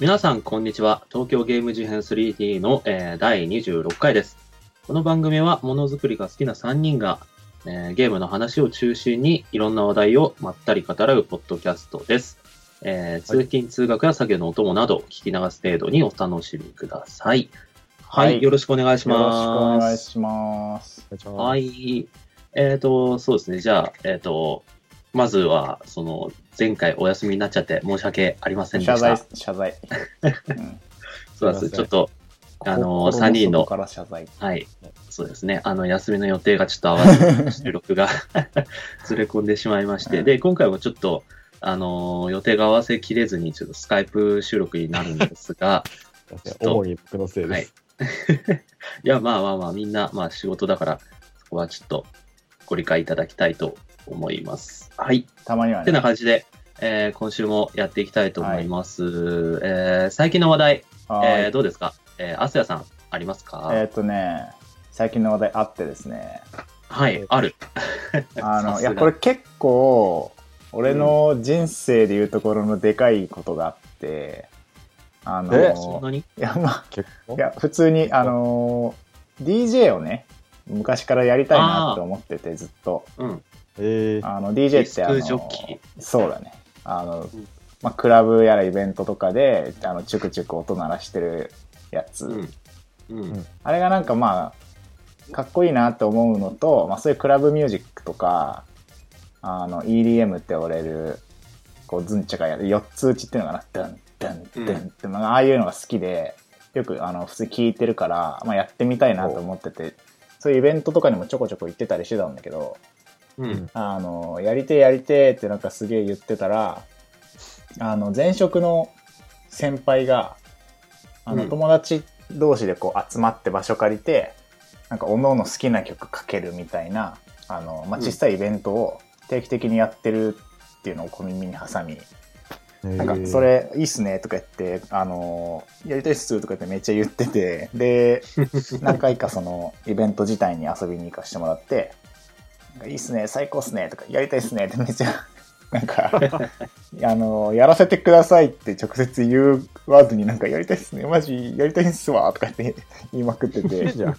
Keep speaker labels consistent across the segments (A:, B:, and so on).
A: 皆さん、こんにちは。東京ゲーム事変 3D の、えー第26回です。この番組は、ものづくりが好きな3人が、えーゲームの話を中心に、いろんな話題をまったり語らうポッドキャストです。えー通勤・通学や作業のお供など、聞き流す程度にお楽しみください。はい、
B: はい
A: よろしくお願いし
B: よろ
A: ます。
B: しくお願いします。
A: は。い。えっ、と、そうですね。じゃあ、えっ、と、まずは、その、前回お休みになっちゃって申し訳ありませんでし
B: 謝罪
A: た。
B: 謝罪。うん
A: そうです。
C: すいません
A: ちょっと、 あのー
B: 心
A: 三人の
B: 底から謝罪。
A: はい。そうですね。あの、休みの予定がちょっと合わず、収録が ずれ込んでしまいまして。で、今回もちょっと、あのー予定が合わせきれずに、ちょっとスカイプ収録になるんですが、
C: 主に僕のせいで
A: はい
C: す。。
A: い や、まあまあまあ、みんな、まあ仕事だから、そこはちょっとご理解いただきたいと思います。はい。
B: たまには
A: て
B: ね。
A: な感じで、えー今週もやっていきたいと思います。えー最近の話題、
B: は
A: えー
B: ーい
A: どうですかえー、アスヤさん、ありますか、
B: えっとね、最近の話題あってですね。
A: はい、ある。
B: あ
A: さ
B: の、い
A: すが
B: や、これ結構、俺の人生でいうところのでかいことがあって、あ
C: え
A: そん
B: の、
A: なに
B: いや、まあ、
C: 結構
B: いや、普通に、あの、DJ をね、昔からやりたいなって思ってて、ずっと。
A: うん。
C: えー
B: あの
A: デ
B: DJ
A: ィ
B: っ
A: ス
B: てあの
A: クジョッキー。
B: そうだねあの
A: うん、
B: まあ、クラブやらイベントとかであのチュクチュク音鳴らしてるやつ、
A: うん。うん。
B: あれがなんかまあかっこいいなって思うのと、まあ、そういうクラブミュージックとかあの EDM って言われるこうズンチャカやる4つ打ちっていうのかなダンダンダンって、まあ、ああいうのが好きでよくあの普通に聴いてるから、まあ、やってみたいなと思っててそういうイベントとかにもちょこちょこ行ってたりしてたんだけど
A: うん。
B: あの、やりてえやりてえってなんかすげえ言ってたら、あの、前職の先輩が、あの、
A: うん
B: 友達同士でこう集まって場所借りて、なんか、おのの好きな曲かけるみたいな、あの、まあ、
A: うん
B: 小さいイベントを定期的にやってるっていうのを小耳に挟み、なんか、そ、れ、いいっすねとか言って、あの、やりたいっすとか言ってめっちゃ言ってて、で、何回かその、イベント自体に遊びに行かしてもらって、なんかいいっすね、最高っすねとか、やりたいっすねってめっちゃ、 なんか、あの、やらせてくださいって直接言わずに、なんか、やりたいっすね、マジ、やりたいっすわとか言って言いまくって
C: えーい
B: て
C: い、じゃん。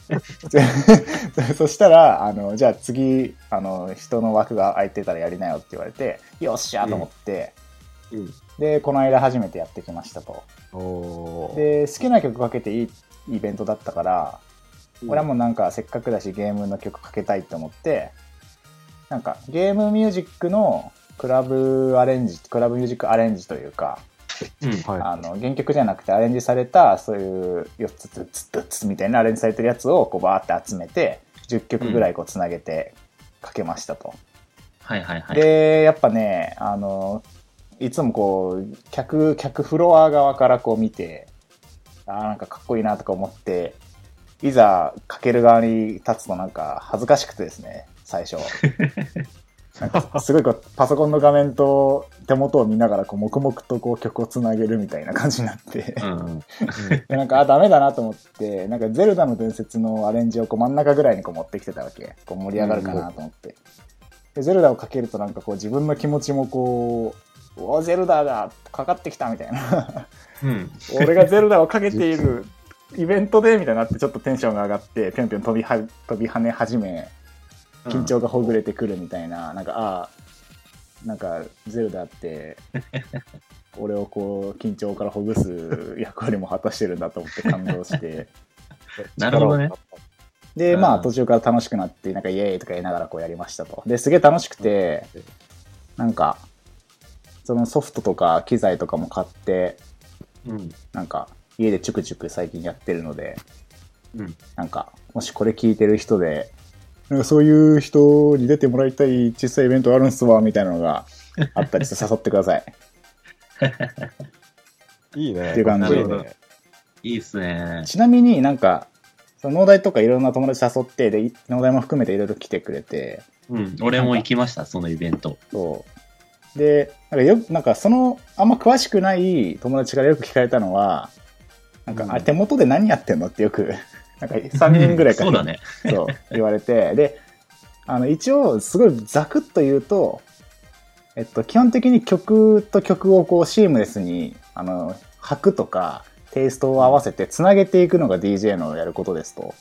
B: で そしたら、あの、じゃあ次、あの、人の枠が空いてたらやりなよって言われて、よっしゃと思って、
A: うん。
B: で、この間初めてやってきましたと。
C: おー
B: で、好きな曲かけていいイベントだったから、俺はもうなんかせっかくだしゲームの曲かけたいと思って、なんかゲームミュージックのクラブアレンジ、クラブミュージックアレンジというか、
A: うん。
C: は
B: あの、原曲じゃなくてアレンジされた、そういう4つ、つつつつみたいなアレンジされてるやつをこうバーって集めて、10曲ぐらいこうつなげてかけましたと。
A: はいはいはい。
B: で、やっぱね、あの、いつもこう、客、客フロア側からこう見て、あーなんかかっこいいなとか思って、いざかける側に立つとなんか恥ずかしくてですね、最 初。なんかすごいこう、パソコンの画面と手元を見ながらこう、黙々とこう曲をつなげるみたいな感じになって。
A: うん。
C: い。
B: でなんか、あ、ダメだなと思って、なんか、ゼルダの伝説のアレンジをこう真ん中ぐらいにこう持ってきてたわけ。こう盛り上がるかなと思って。で、ゼルダをかけるとなんかこう自分の気持ちもこう、おゼルダだかかってきたみたいな。
A: うん。
B: 俺がゼルダをかけているイベントでみたいになってちょっとテンションが上がって、ぴょんぴょん飛びは、飛び跳ね始め、緊張がほぐれてくるみたいな、なんかああなんかゼルダって俺をこう緊張からほぐす役割も果たしてるんだと思って感動して
A: なるほどね
B: でまあ
A: うん
B: 途中から楽しくなってなんかイエーイとか言いながらこうやりましたとですげえ楽しくてなんかそのソフトとか機材とかも買って
A: うん。
B: なんか家でチュクチュク最近やってるので
A: うん。
B: なんか、もしこれ聞いてる人で、なんかそういう人に出てもらいたい小さいイベントあるんすわ、みたいなのがあったりして 誘ってください。
C: いいね。
B: っていう感
A: じで
C: ね。
A: いいっすね。
B: ちなみになんか、その農大とかいろんな友達誘って、で、い農大も含めていろいろ来てくれて、
A: うん。俺も行きました、そのイベント。
B: そう。で、なんかよく、なんかその、あんま詳しくない友達からよく聞かれたのは、なんか、
C: うん
B: あ手元で何やってんのってよく、 なんか3人ぐらいか
A: そうだね。
B: そう、言われて。で、あの、一応、すごいザクッと言うと、えっと、基本的に曲と曲をこう、シームレスに、あの、拍とかテイストを合わせてつなげていくのが DJ のやることですと。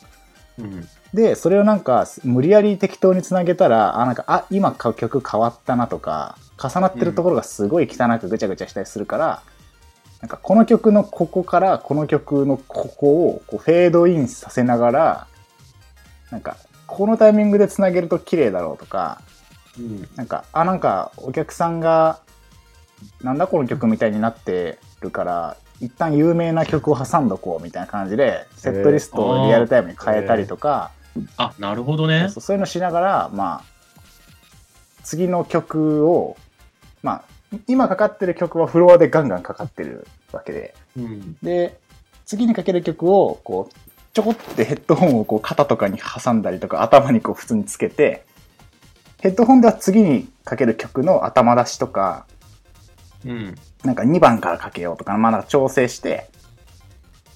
A: うん。
B: でそれをなんか無理やり適当につなげたらあなんかあ今曲変わったなとか重なってるところがすごい汚くぐちゃぐちゃしたりするから、なんかこの曲のここからこの曲のここをこうフェードインさせながらなんかこのタイミングでつなげると綺麗だろうとか
A: うん。
B: なんかあなんかお客さんがなんだこの曲みたいになってるから一旦有名な曲を挟んどこうみたいな感じでセットリストをリアルタイムに変えたりとか。
A: あ、なるほどね
B: そう。そうそういうのしながら、まあ、次の曲を、まあ、今かかってる曲はフロアでガンガンかかってるわけで、
A: うん。
B: で、次にかける曲を、こう、ちょこってヘッドホンをこう肩とかに挟んだりとか頭にこう普通につけて、ヘッドホンでは次にかける曲の頭出しとか、
A: うん。
B: なんか2番からかけようとか、まあなんか調整して、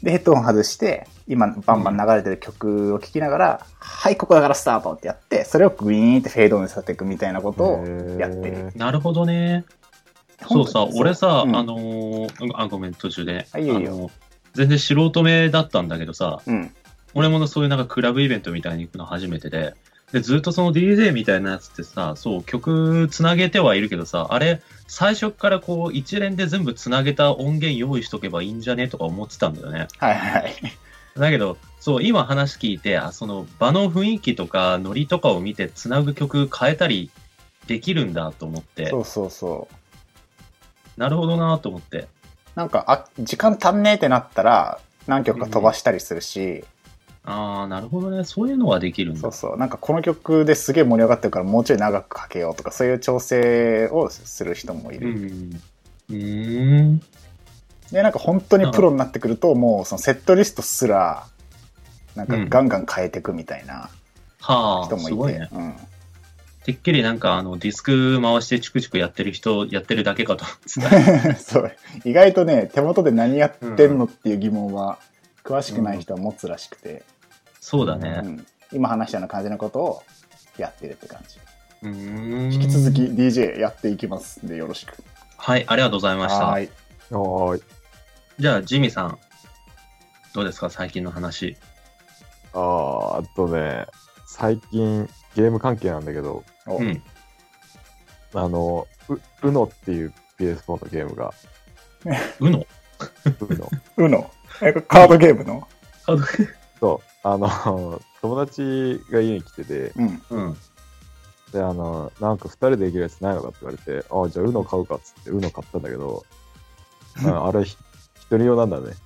B: で、ヘッドホン外して、今バンバン流れてる曲を聴きながら、はい、ここだからスタートってやって、それをグイーンってフェードにさせていくみたいなことを、やってる
A: なるほどね。そ
B: 本
A: う
B: 当
A: さ、
B: に
A: 俺さ、
B: うん
A: あのーあ、ごめん、途中で。
B: あいいよいいよ
A: の全然素人目だったんだけどさ、
B: うん。
A: 俺もそういうなんかクラブイベントみたいに行くの初めてで、で、ずっとその DJ みたいなやつってさ、そう、曲つなげてはいるけどさ、あれ、最初からこう、一連で全部つなげた音源用意しとけばいいんじゃねとか思ってたんだよね。
B: はいはいはい。
A: だけど、そう、今話聞いて、あその場の雰囲気とかノリとかを見て、つなぐ曲変えたりできるんだと思って
B: そ、うそうそう。
A: なるほどなと思って。
B: なんか、あ、時間足んねえってなったら、何曲か飛ばしたりするし、
A: ああ、なるほどね。そういうのはできるん
B: そ
A: だ
B: う。そう、なんかこの曲ですげえ盛り上がってるからもうちょい長くかけようとか、そういう調整をする人もいる。
A: ん。うーん。
B: でなんか本当にプロになってくると、もうそのセットリストすらなんか
A: うん
B: ガンガン変えていくみたいな
A: は
B: 人
A: あ、
B: もい
A: す
B: て、
A: ごいね。
B: うん
A: てっきりなんかあのディスク回してチクチクやってる人、やってるだけかと思 ってた。
B: そう意外とね手元で何やってんのっていう疑問は詳しくない人は持つらしくて、
A: そうだ
B: うん
A: ね。
B: 今話したような感じのことをやってるって感じ、
A: うーん。
B: 引き続き。DJ やっていきますんでよろしく
A: はい、ありがとうございました
B: は。い
C: はーい。
A: じゃあ、ジミさん。どうですか、最近の話。
C: あーっとね、最近ゲーム関係なんだけど、
B: お
A: うん。
C: あの、う、うのっていう PS4 のゲームが、
A: うの
C: う の。
B: うのえカードゲームの
A: カード
C: そう、あの、友達が家に来てて、
B: うん
A: うん。
C: で、あの、なんか2人でできるやつないのかって言われて、ああ、じゃあ、うの買うかっつって、うの買ったんだけど、 うんあれ、ひ一人用なんだね。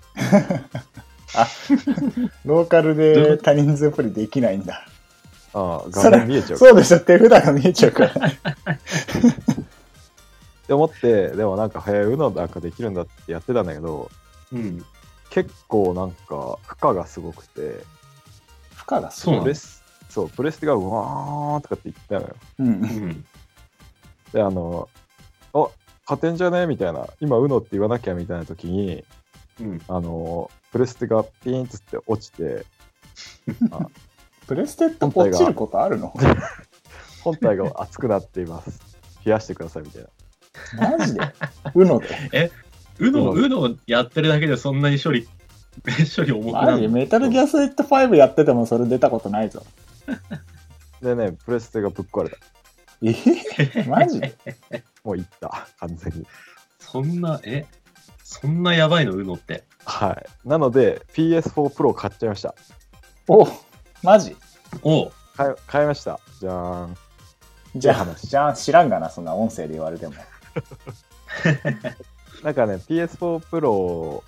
B: ローカル
A: どういう
B: で
A: こ
B: 他人数プレイできないんだ
C: ああ、
B: そ
C: 画
B: れ
C: 面見えちゃうから
B: そうでしょ手札が見えちゃうから
C: って思って、でもなんか、早いうのなんかできるんだってやってたんだけど、
A: うん。
C: 結構なんか、負荷がすごくて、
B: 負荷がす
A: そうなん
C: プ
A: だ
C: レス、そう、プレステがうわーとかって言ってたのよ。
B: ごい、う、
A: うんん。
C: で、あの、あ勝てんじゃねみたいな、今、うのって言わなきゃみたいな時に、
A: うん。
C: あの、プレステがピーンっつって落ちて、
B: プレステって落ちることあるの
C: 本体が熱くなっています。 冷やしてくださいみたいな。
B: マジでうので
A: うの、
C: う
A: うのやってるだけでそんなに処理、 処理重く
B: マ
A: な
B: ジで
A: る。
B: メタルギアソリッド5やっててもそれ出たことないぞ。
C: でね、プレステがぶっ壊れた。
B: えへマジで
C: もういった、完全に。
A: そんな、えそんなやばいの、うのって。
C: はい。なので、PS4 Pro 買っちゃいました。
B: おマジ
A: おう
C: 買い買いました。じゃーん。
B: じゃあ、
C: 話
B: じゃあ知らんがな、そんな音声で言われても。
C: なんかね、PS4 Pro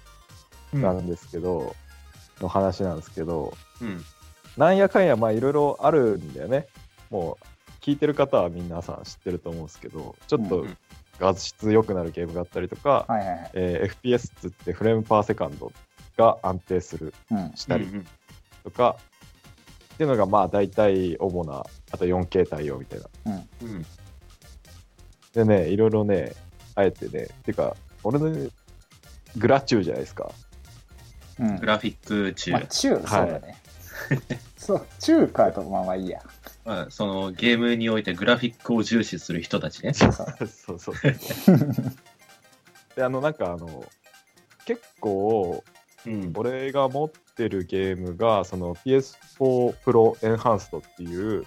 A: うん
C: なんですけど、の話なんですけど、
A: うん。
C: なんやかんや、まあいろいろあるんだよね。もう、聞いてる方は皆さん知ってると思うんですけど、ちょっ
A: う
C: と
A: ん
C: 画質良くなるゲームがあったりとか、
B: はいはいはい。
C: えー FPS っつってフレームパーセカンドが安定する、
B: うん。
C: したり
A: うんうん
C: とか、っていうのがまあ大体主な、あと 4K 対応みたいな。
A: うん。
C: でね、いろいろね、あえてね、てか、俺のグラチューじゃないですか。
B: うん
A: グ、ラフィック中
B: まあ、、中、そうだね。そう、中かと、まあまあいいや。
A: まあ、そのゲームにおいてグラフィックを重視する人たちね。
B: そう
C: そうそうそう。で、あの、なんかあの、結構、
A: うん。
C: 俺が持ってるゲームが、その PS4 Pro Enhanced っていう、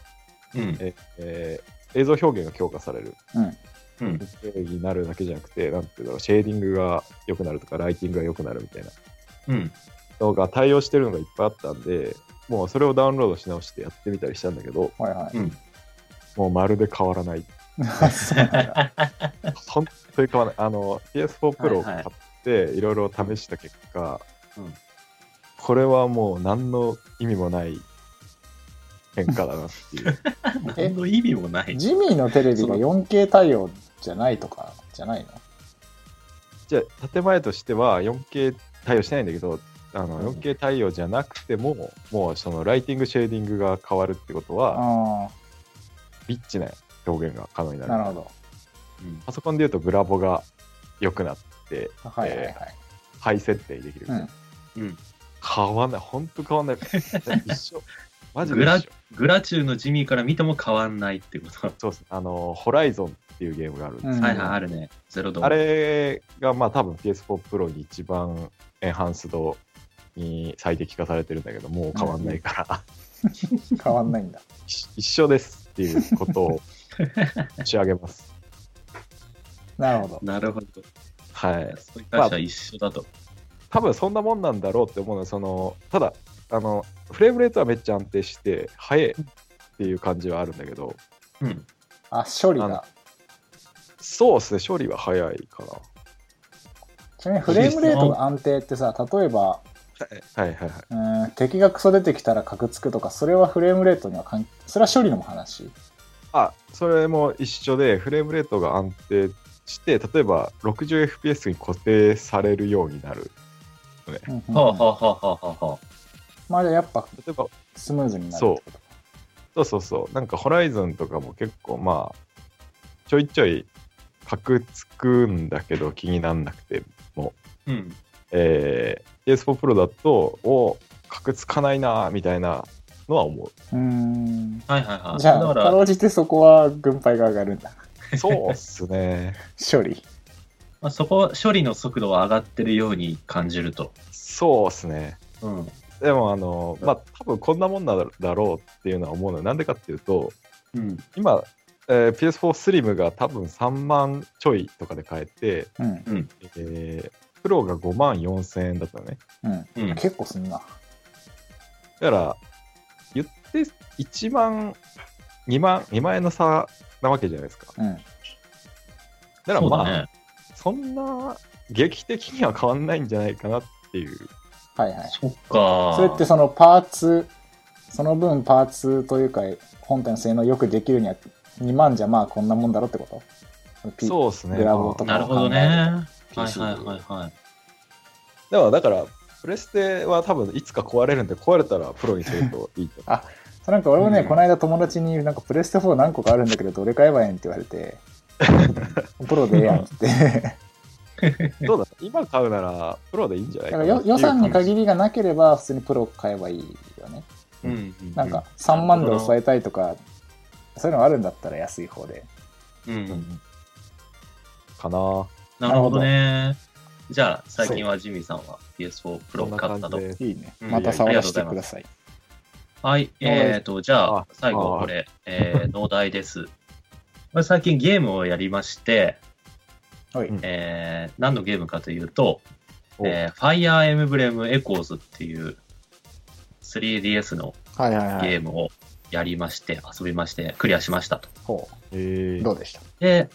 A: うん。
C: ええー映像表現が強化される。
A: うん。
C: 定義になるだけじゃなくて、なんていうんだろう、シェーディングが良くなるとか、ライティングが良くなるみたいな
A: うん。
C: のが対応してるのがいっぱいあったんで、もうそれをダウンロードし直してやってみたりしたんだけど、
B: はいは
A: うん。
C: もうまるで変わらない。
B: い。 そうなんだ。
C: 本当に変わらない。あの、PS4 Pro を
A: はいは
C: 買
A: い
C: って、いろいろ試した結果、
A: うん
C: これはもう何の意味もない変化だなっていう。
B: え
A: 何の意味もない。
B: ジミーのテレビ
A: そ
B: が
A: の
B: 4K 対応じゃないとか、じゃないの
C: じゃあ建前としては 4K 対応してないんだけどあの 4K 対応じゃなくても、もうそのライティングシェーディングが変わるってことは、
B: あ
C: リッチな表現が可能にな
B: あ、
C: る
B: なるほど。
A: うん
C: パソコンで言うとブラボが良くなって
B: はいはいはい。
C: ハイ設定できる、
B: うん
A: うん
C: 変わんない本当変わんない一緒マジで
A: グラ
C: 一緒
A: グラチューのジミーから見ても変わんないってこと。
C: そうですあのホライゾンっていうゲームがあるんです、
B: うん
A: はいはい、あるね。ゼロドン。
C: あれがまあ多分 PS4 Pro に一番エンハンスドに最適化されてるんだけどもう変わんないから、
B: 変わんないんだ。
C: 一一緒ですっていうこと を仕上げます。
B: なるほど。
A: なるほど。
C: はい。
A: それに関しては一緒だと。
C: 多分そんなもんなんだろうって思うのはそのただあのフレームレートはめっちゃ安定して速いっていう感じはあるんだけど
A: うん。
B: あ、処理
C: あの
B: が。
C: そうですね処理は速いか
B: ちなみにフレームレートが安定ってさ、例えば、
C: な。はいはいはい。
B: うーん、敵がクソ出てきたらカクつくとか、それはフレームレートには関係、それは処理の話。
C: あそれも一緒でフレームレートが安定して例えば 60fps に固定されるようになる。
B: うんうんうん
A: はあはあはあはあはあ。
B: まあじゃあやっぱ
C: 例えば
B: スムーズになる
C: そうそうそうそう。なんかホライゾンとかも結構まあ、ちょいちょいカクつくんだけど気になんなくて、
A: うん。
C: えー、PS4 Pro だと、おカクつかないなみたいなのは思
B: う。うーん。
A: はいはいはい。
B: じゃ
A: だ
B: あ、
A: か、
B: からろうじてそこは軍配が上がるんだ。
C: う。そうっすね。
B: 処理。
A: まあ、そこは処理の速度は上がってるように感じると。
C: そうっすね。
A: うん。
C: でもあの、まあ多分こんなもんなんだろうっていうのは思うのはなんでかっていうと、
A: うん。
C: 今、えー PS4 Slim が多分3万ちょいとかで買えて、
B: うん。
C: えー、プロが5万4千円だったのね。
B: うん。
A: うん。
B: 結構すんな。
C: だから、言って1万、2万、2万円の差なわけじゃないですか。
B: うん。
C: だからまあ、そ,、
A: そうだね。
C: んな劇的には変わんないんじゃないかなっていう。
B: はいはい。
A: そっか。
B: それってそのパーツ、その分パーツというか、本体の性能よくできるには、2万じゃまあこんなもんだろってこと P-
C: そうですね。
B: グラボとか
A: なるほどね。はいはい
B: PC で。
A: はいはい。
C: だから、だからプレステは多分いつか壊れるんで、壊れたらプロにするといいと
B: そうなんか俺もね、
A: うん
B: この間友達になんかプレステ4何個かあるんだけど、どれ買えばええんって言わ れて、プロでええやんって言って。
C: どうだ今買うならプロでいいんじゃない
B: だか
C: からな
B: よ予算に限
C: り。
B: りがなければ普通にプロ買えばいいよね。
A: うんうんう
B: なんか3万で抑えたいとか、そういうのあるんだったら安い方で。
A: うん。
C: かな。
A: なるほどね。じゃあ、最近はジミーさんは PS4 Pro を買ったと
C: そんな感。じで
B: いいね。
A: うん
B: また触らせてください。
A: はい、えーと、じゃあ
C: あ、
A: 最後はこれ、えー、農大です。これ最近ゲームをやりまして、
B: はい。
C: うん
A: えー、何のゲームかというと、
C: お
A: えー、Fire Emblem Echoes っていう 3DS の
B: はいはいは
A: ゲ
B: い。
A: ームをやりまして、遊びまして、クリアしましたと。
B: ほ
C: えー
B: う。どうでした
A: で、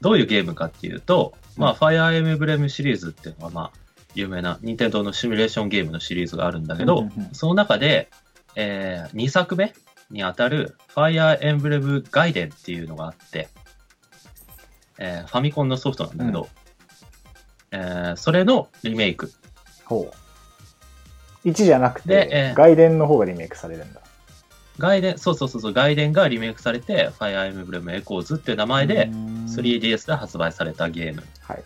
A: どういうゲームかっていうと、ま
B: う
A: あ、Fire Emblem シリーズっていうのは、まあ、有名な、任天堂のシミュレーションゲームのシリーズがあるんだけど、
B: うんうんうん
A: その中で、え2作目にあたる Fire Emblem Gaiden っていうのがあって、えーファミコンのソフトなんだけど、えーそれのリメイク。
B: ほう。1じゃなく
A: で
B: て、
A: えー
B: 外伝の方がリメイクされるんだ。
A: 外伝、そうそうそうそう、外伝がリメイクされて、Fire Emblem Echoes っていう名前で
B: うー、ん
A: 3DS で発売されたゲーム
B: はい。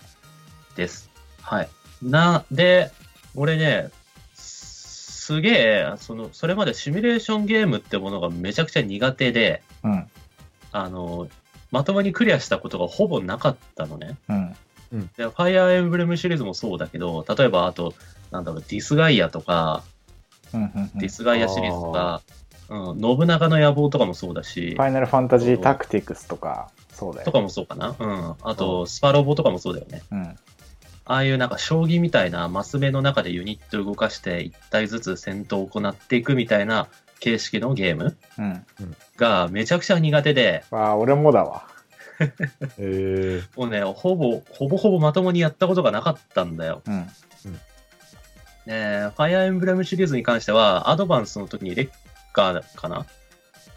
A: です。はい。な、で、俺ね、すすげえ、その、それまでシミュレーションゲームってものがめちゃくちゃ苦手で、
B: うん。
A: あの、まともにクリアしたことがほぼなかったのね。
B: うん。
C: うん
A: でファイアーエンブレムシリーズもそうだけど、例えばあと、なんだろう、ディスガイアとか、
B: うんうんうん
A: ディスガイアシリーズとか、うん、信長の野望とかもそうだし
B: フ、ァイナルファンタジータクティクスとか、そうだよ。
A: とかもそうかな。うん。あと、スパロボとかもそうだよね。
B: うん。
A: ああいうなんか将棋みたいなマス目の中でユニット動かして1体ずつ戦闘を行っていくみたいな形式のゲーム
B: うん。
A: がめちゃくちゃ苦手で、
B: わあ、俺もだわ。
C: え
A: もうね、ほぼ、ほぼほぼまともにやったことがなかったんだよ。
B: うん。
A: ねえ、ファイアーエンブレムシリーズに関しては、アドバンスの時にレッカーかな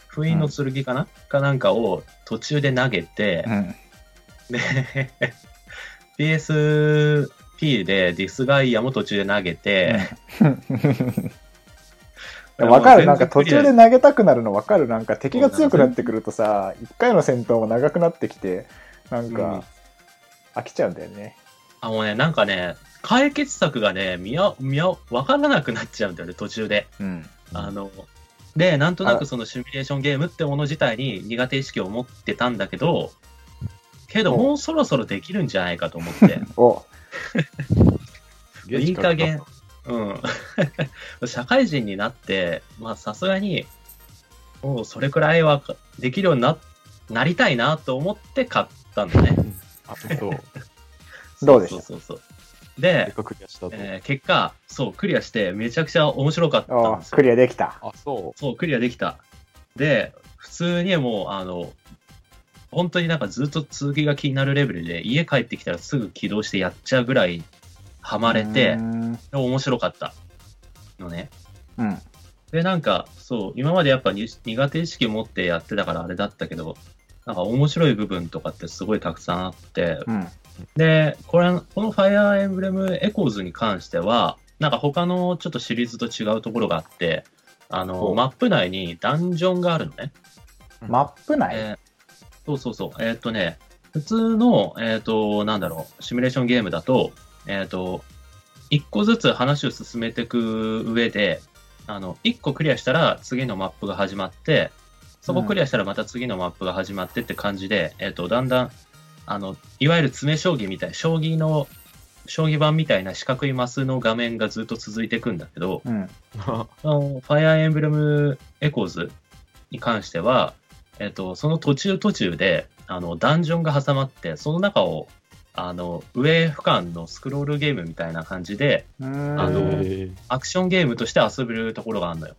A: 封印の剣かな、かなんかを途中で投げて
B: う、ん。
A: で、PSP でディスガイアも途中で投げて、
B: わかる、なんか
A: もう全然ク
B: 途
A: リア
B: 中で投げたくなるのわかる、なんか敵が強くなってくるとさ、一回の戦闘も長くなってきて、なん
A: うん
B: か、飽きちゃうんだよね。
A: あ、もうね、なんかね、解決策がね、見や、見や、わからなくなっちゃうんだよね、途中で。
B: うん。
C: うん
A: あの、で、なんとな
B: あ
A: くそのシミュレーションゲームってもの自体に苦手意識を持ってたんだけど、けど
B: お
A: もうそろそろできるんじゃないかと思 って、
B: お、
C: ー、
A: いい加減うん。 社会人になって、まあさすがに、もうそれくらいはできるようにな、なりたいなと思って買ったんだ ね。
C: あそう
B: どうでした
A: そうそうそう
C: せっ
A: で、
C: かくクリアしたと、
A: えー結果、そう、クリアしてめちゃくちゃ面白かった
B: お
A: んですよ
B: クリアできた。
C: あそ
A: そう、クリアできた。で、普通にもう、あの、本当になんかずっと続きが気になるレベルで、家帰ってきたらすぐ起動してやっちゃうぐらいハマれて、
B: う
A: で
B: ん。
A: 面白かったのね。
B: うん
A: で、なんか、そう、今までやっぱに苦手意識持ってやってたからあれだったけど、なんか面白い部分とかってすごいたくさんあって、
B: うん。
A: で、これ、この Fire Emblem Echoes に関しては、なんか他のちょっとシリーズと違うところがあって、あ
C: ほ
A: の、
C: う
A: マップ内にダンジョンがあるのね。
C: う
B: マップ内
A: えーそうそうそう。えーっとね、普通の、えーっと、なんだろう、シミュレーションゲームだと、えーっと、一個ずつ話を進めていく上で、あの、一個クリアしたら次のマップが始まって、そこクリアしたらまた次のマップが始まってって感じで、えーっと、だんだん、あの、いわゆる詰将棋みたい、将棋の、将棋盤みたいな四角いマスの画面がずっと続いていくんだけど、
B: うん。
A: あの、ファイアーエンブレムエコーズに関しては、えっと、その途中途中で、あの、ダンジョンが挟まって、その中を、あの、上俯瞰のスクロールゲームみたいな感じで、
B: あ
A: あの
B: へ
C: えー
A: アクションゲームとして遊べるところがあるのよ。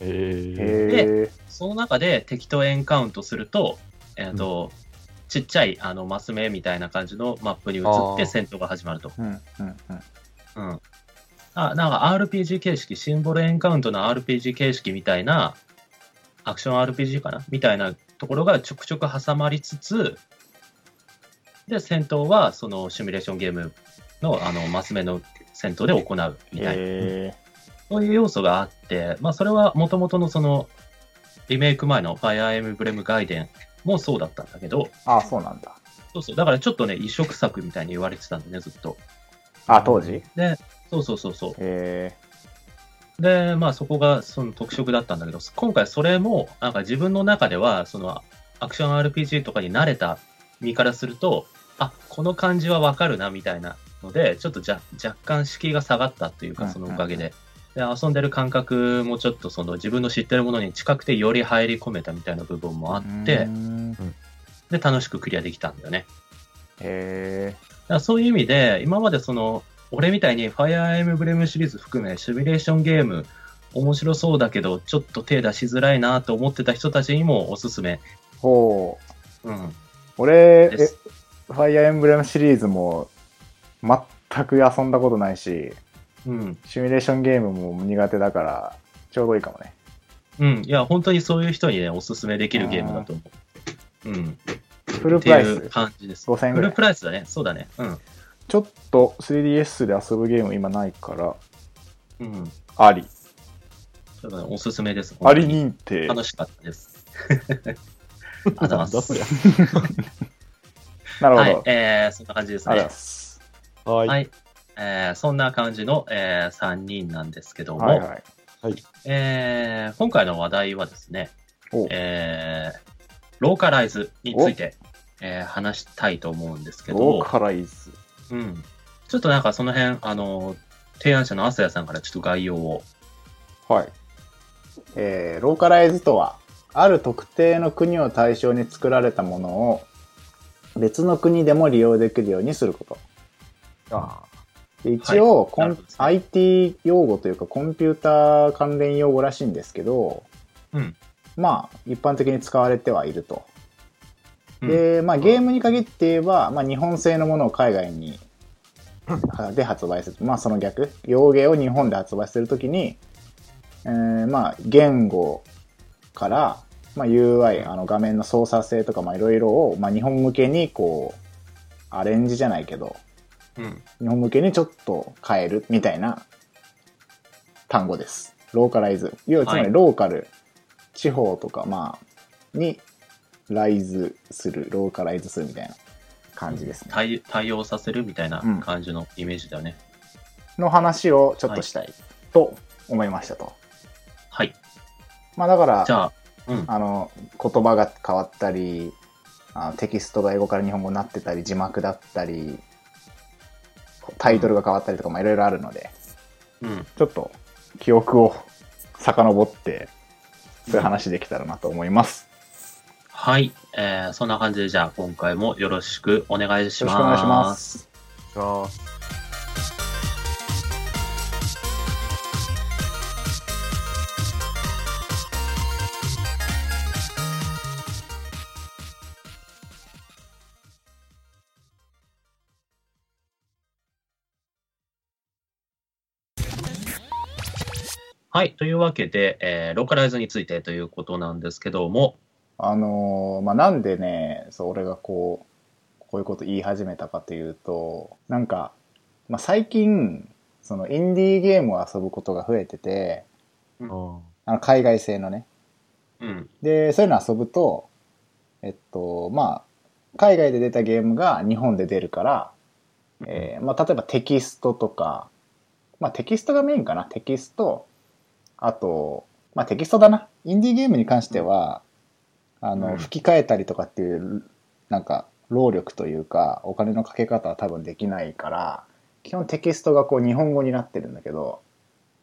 C: え
B: え。
A: その中で敵とエンカウントすると、えっと、ちっちゃい、あの、マス目みたいな感じのマップに移
C: あ
A: って
C: ー
A: 戦闘が始まると。
B: うん。うん。うん
A: うん。あ、なんか RPG 形式、シンボルエンカウントの RPG 形式みたいな、アクション RPG かなみたいなところがちょくちょく挟まりつつ、で、戦闘はそのシミュレーションゲームのあのマス目の戦闘で行うみたいな、
B: へえ。
A: そういう要素があって、まあそれはもともとのそのリメイク前の Fire Emblem ガイデンもそうだったんだけど、
B: あ、そうなんだ。
A: そうそう、だからちょっとね、移植作みたいに言われてたんだね、ずっと。
B: あ、当時へ
A: で、そうそうそうそう。
B: え。
A: で、まあそこがその特色だったんだけど、今回それも、なんか自分の中では、そのアクション RPG とかに慣れた身からすると、あ、この感じはわかるな、みたいなので、ちょっとじゃ若干敷居が下がったっていう
B: う
A: か、
B: んうん
A: そのおかげで。で、遊んでる感覚もちょっとその自分の知ってるものに近くてより入り込めたみたいな部分もあって
B: う、ん
A: で、楽しくクリアできたんだよね。
B: へえ。
A: だからそういう意味で、今までその、俺みたいに Fire Emblem シリーズ含め、シミュレーションゲーム、面白そうだけど、ちょっと手出しづらいなと思ってた人たちにもおすすめ。
B: ほう。
A: うん。
B: 俺、
A: で
B: え
A: す
B: ファイアーエンブレムシリーズも全く遊んだことないし、
A: うん。
B: シミュレーションゲームも苦手だから、ちょうどいいかもね。
A: うん。いや、本当にそういう人にね、おすすめできるゲームだと思う。うん。
B: フル
A: っ
B: プ
A: て
B: ライ
A: い
B: ス
A: う。感じです。
B: 5000円
A: フ
B: ぐら
A: ル
B: い
A: プ。ライスだね。そうだね。うん。
B: ちょっと 3DS で遊ぶゲーム今ないから、
A: うん。
B: あり。
A: ちょっとねおすすめです。
B: あり認定。
A: 楽しかったです。 ありがとうございます。
B: なるほど。
A: は
B: あり
A: い
B: がとう。
A: えー、そんな感じです
B: ござい
A: ね
B: ま。す。
C: はい、
A: はい。えーそんな感じの、え3人なんですけども、
B: はいはい。
A: えー今回の話題はですね、
B: お
A: えーローカライズについて、えー話したいと思うんですけ
B: ロ
A: ど
B: ー、カライズ。
A: うん。ちょっとなんかその辺、あの、提案者の朝谷さんからちょっと概要を。
C: はい。
B: えーローカライズとは、ある特定の国を対象に作られたものを別の国でも利用できるようにすること。
C: あ
B: で一応、コ
A: なる
B: ン
A: ほどですね
B: IT 用語というかコンピューター関連用語らしいんですけど、
A: うん
B: まあ一般的に使われてはいると。
A: うん
B: で、まあゲームに限って言えば、まあ、日本製のものを海外にで発売する。まあその逆。洋芸を日本で発売するときに、えーまあ言語から、まあ、UI、あの画面の操作性とかまあいろいろを、まあ、日本向けにこうアレンジじゃないけど、
A: うん。
B: 日本向けにちょっと変えるみたいな単語です。ローカライズ。要はつま
A: は
B: り
A: い
B: ローカル、地方とか、まあ、にライズする、ローカライズするみたいな感じですね。
A: 対対応させるみたいな
B: うん
A: 感じのイメージだよね。
B: の話をちょっとしたいと思いましたと。
A: はい。
B: まあだから
A: じ、ゃあ、うん。
B: あの、言葉が変わったり、あのテキストが英語から日本語になってたり、字幕だったり、タイトルが変わったりとか、まあいろいろあるので、
A: うん。
B: ちょっと記憶を遡って、そういう話できたらなと思います。
A: はい。えー、そんな感じで、じゃあ今回もよろしくお願いし
B: よろ
A: ます。
B: しくお願いします。
C: あ。
A: はい。というわけで、えー、ローカライズについてということなんですけども、
B: あのーまあ、なんでね、そう、俺がこう、こういうこと言い始めたかというと、なんか、まあ、最近、そのインディーゲームを遊ぶことが増えてて、あの海外製のね。
A: うん。
B: で、そういうの遊ぶと、えっと、まあ、海外で出たゲームが日本で出るから、えーまあ、例えばテキストとか、まあ、テキストがメインかな。テキスト、あと、まあ、テキストだな。インディーゲームに関しては、あの、
A: うん
B: 吹き替えたりとかっていう、なんか、労力というか、お金のかけ方は多分できないから、基本テキストがこう日本語になってるんだけど、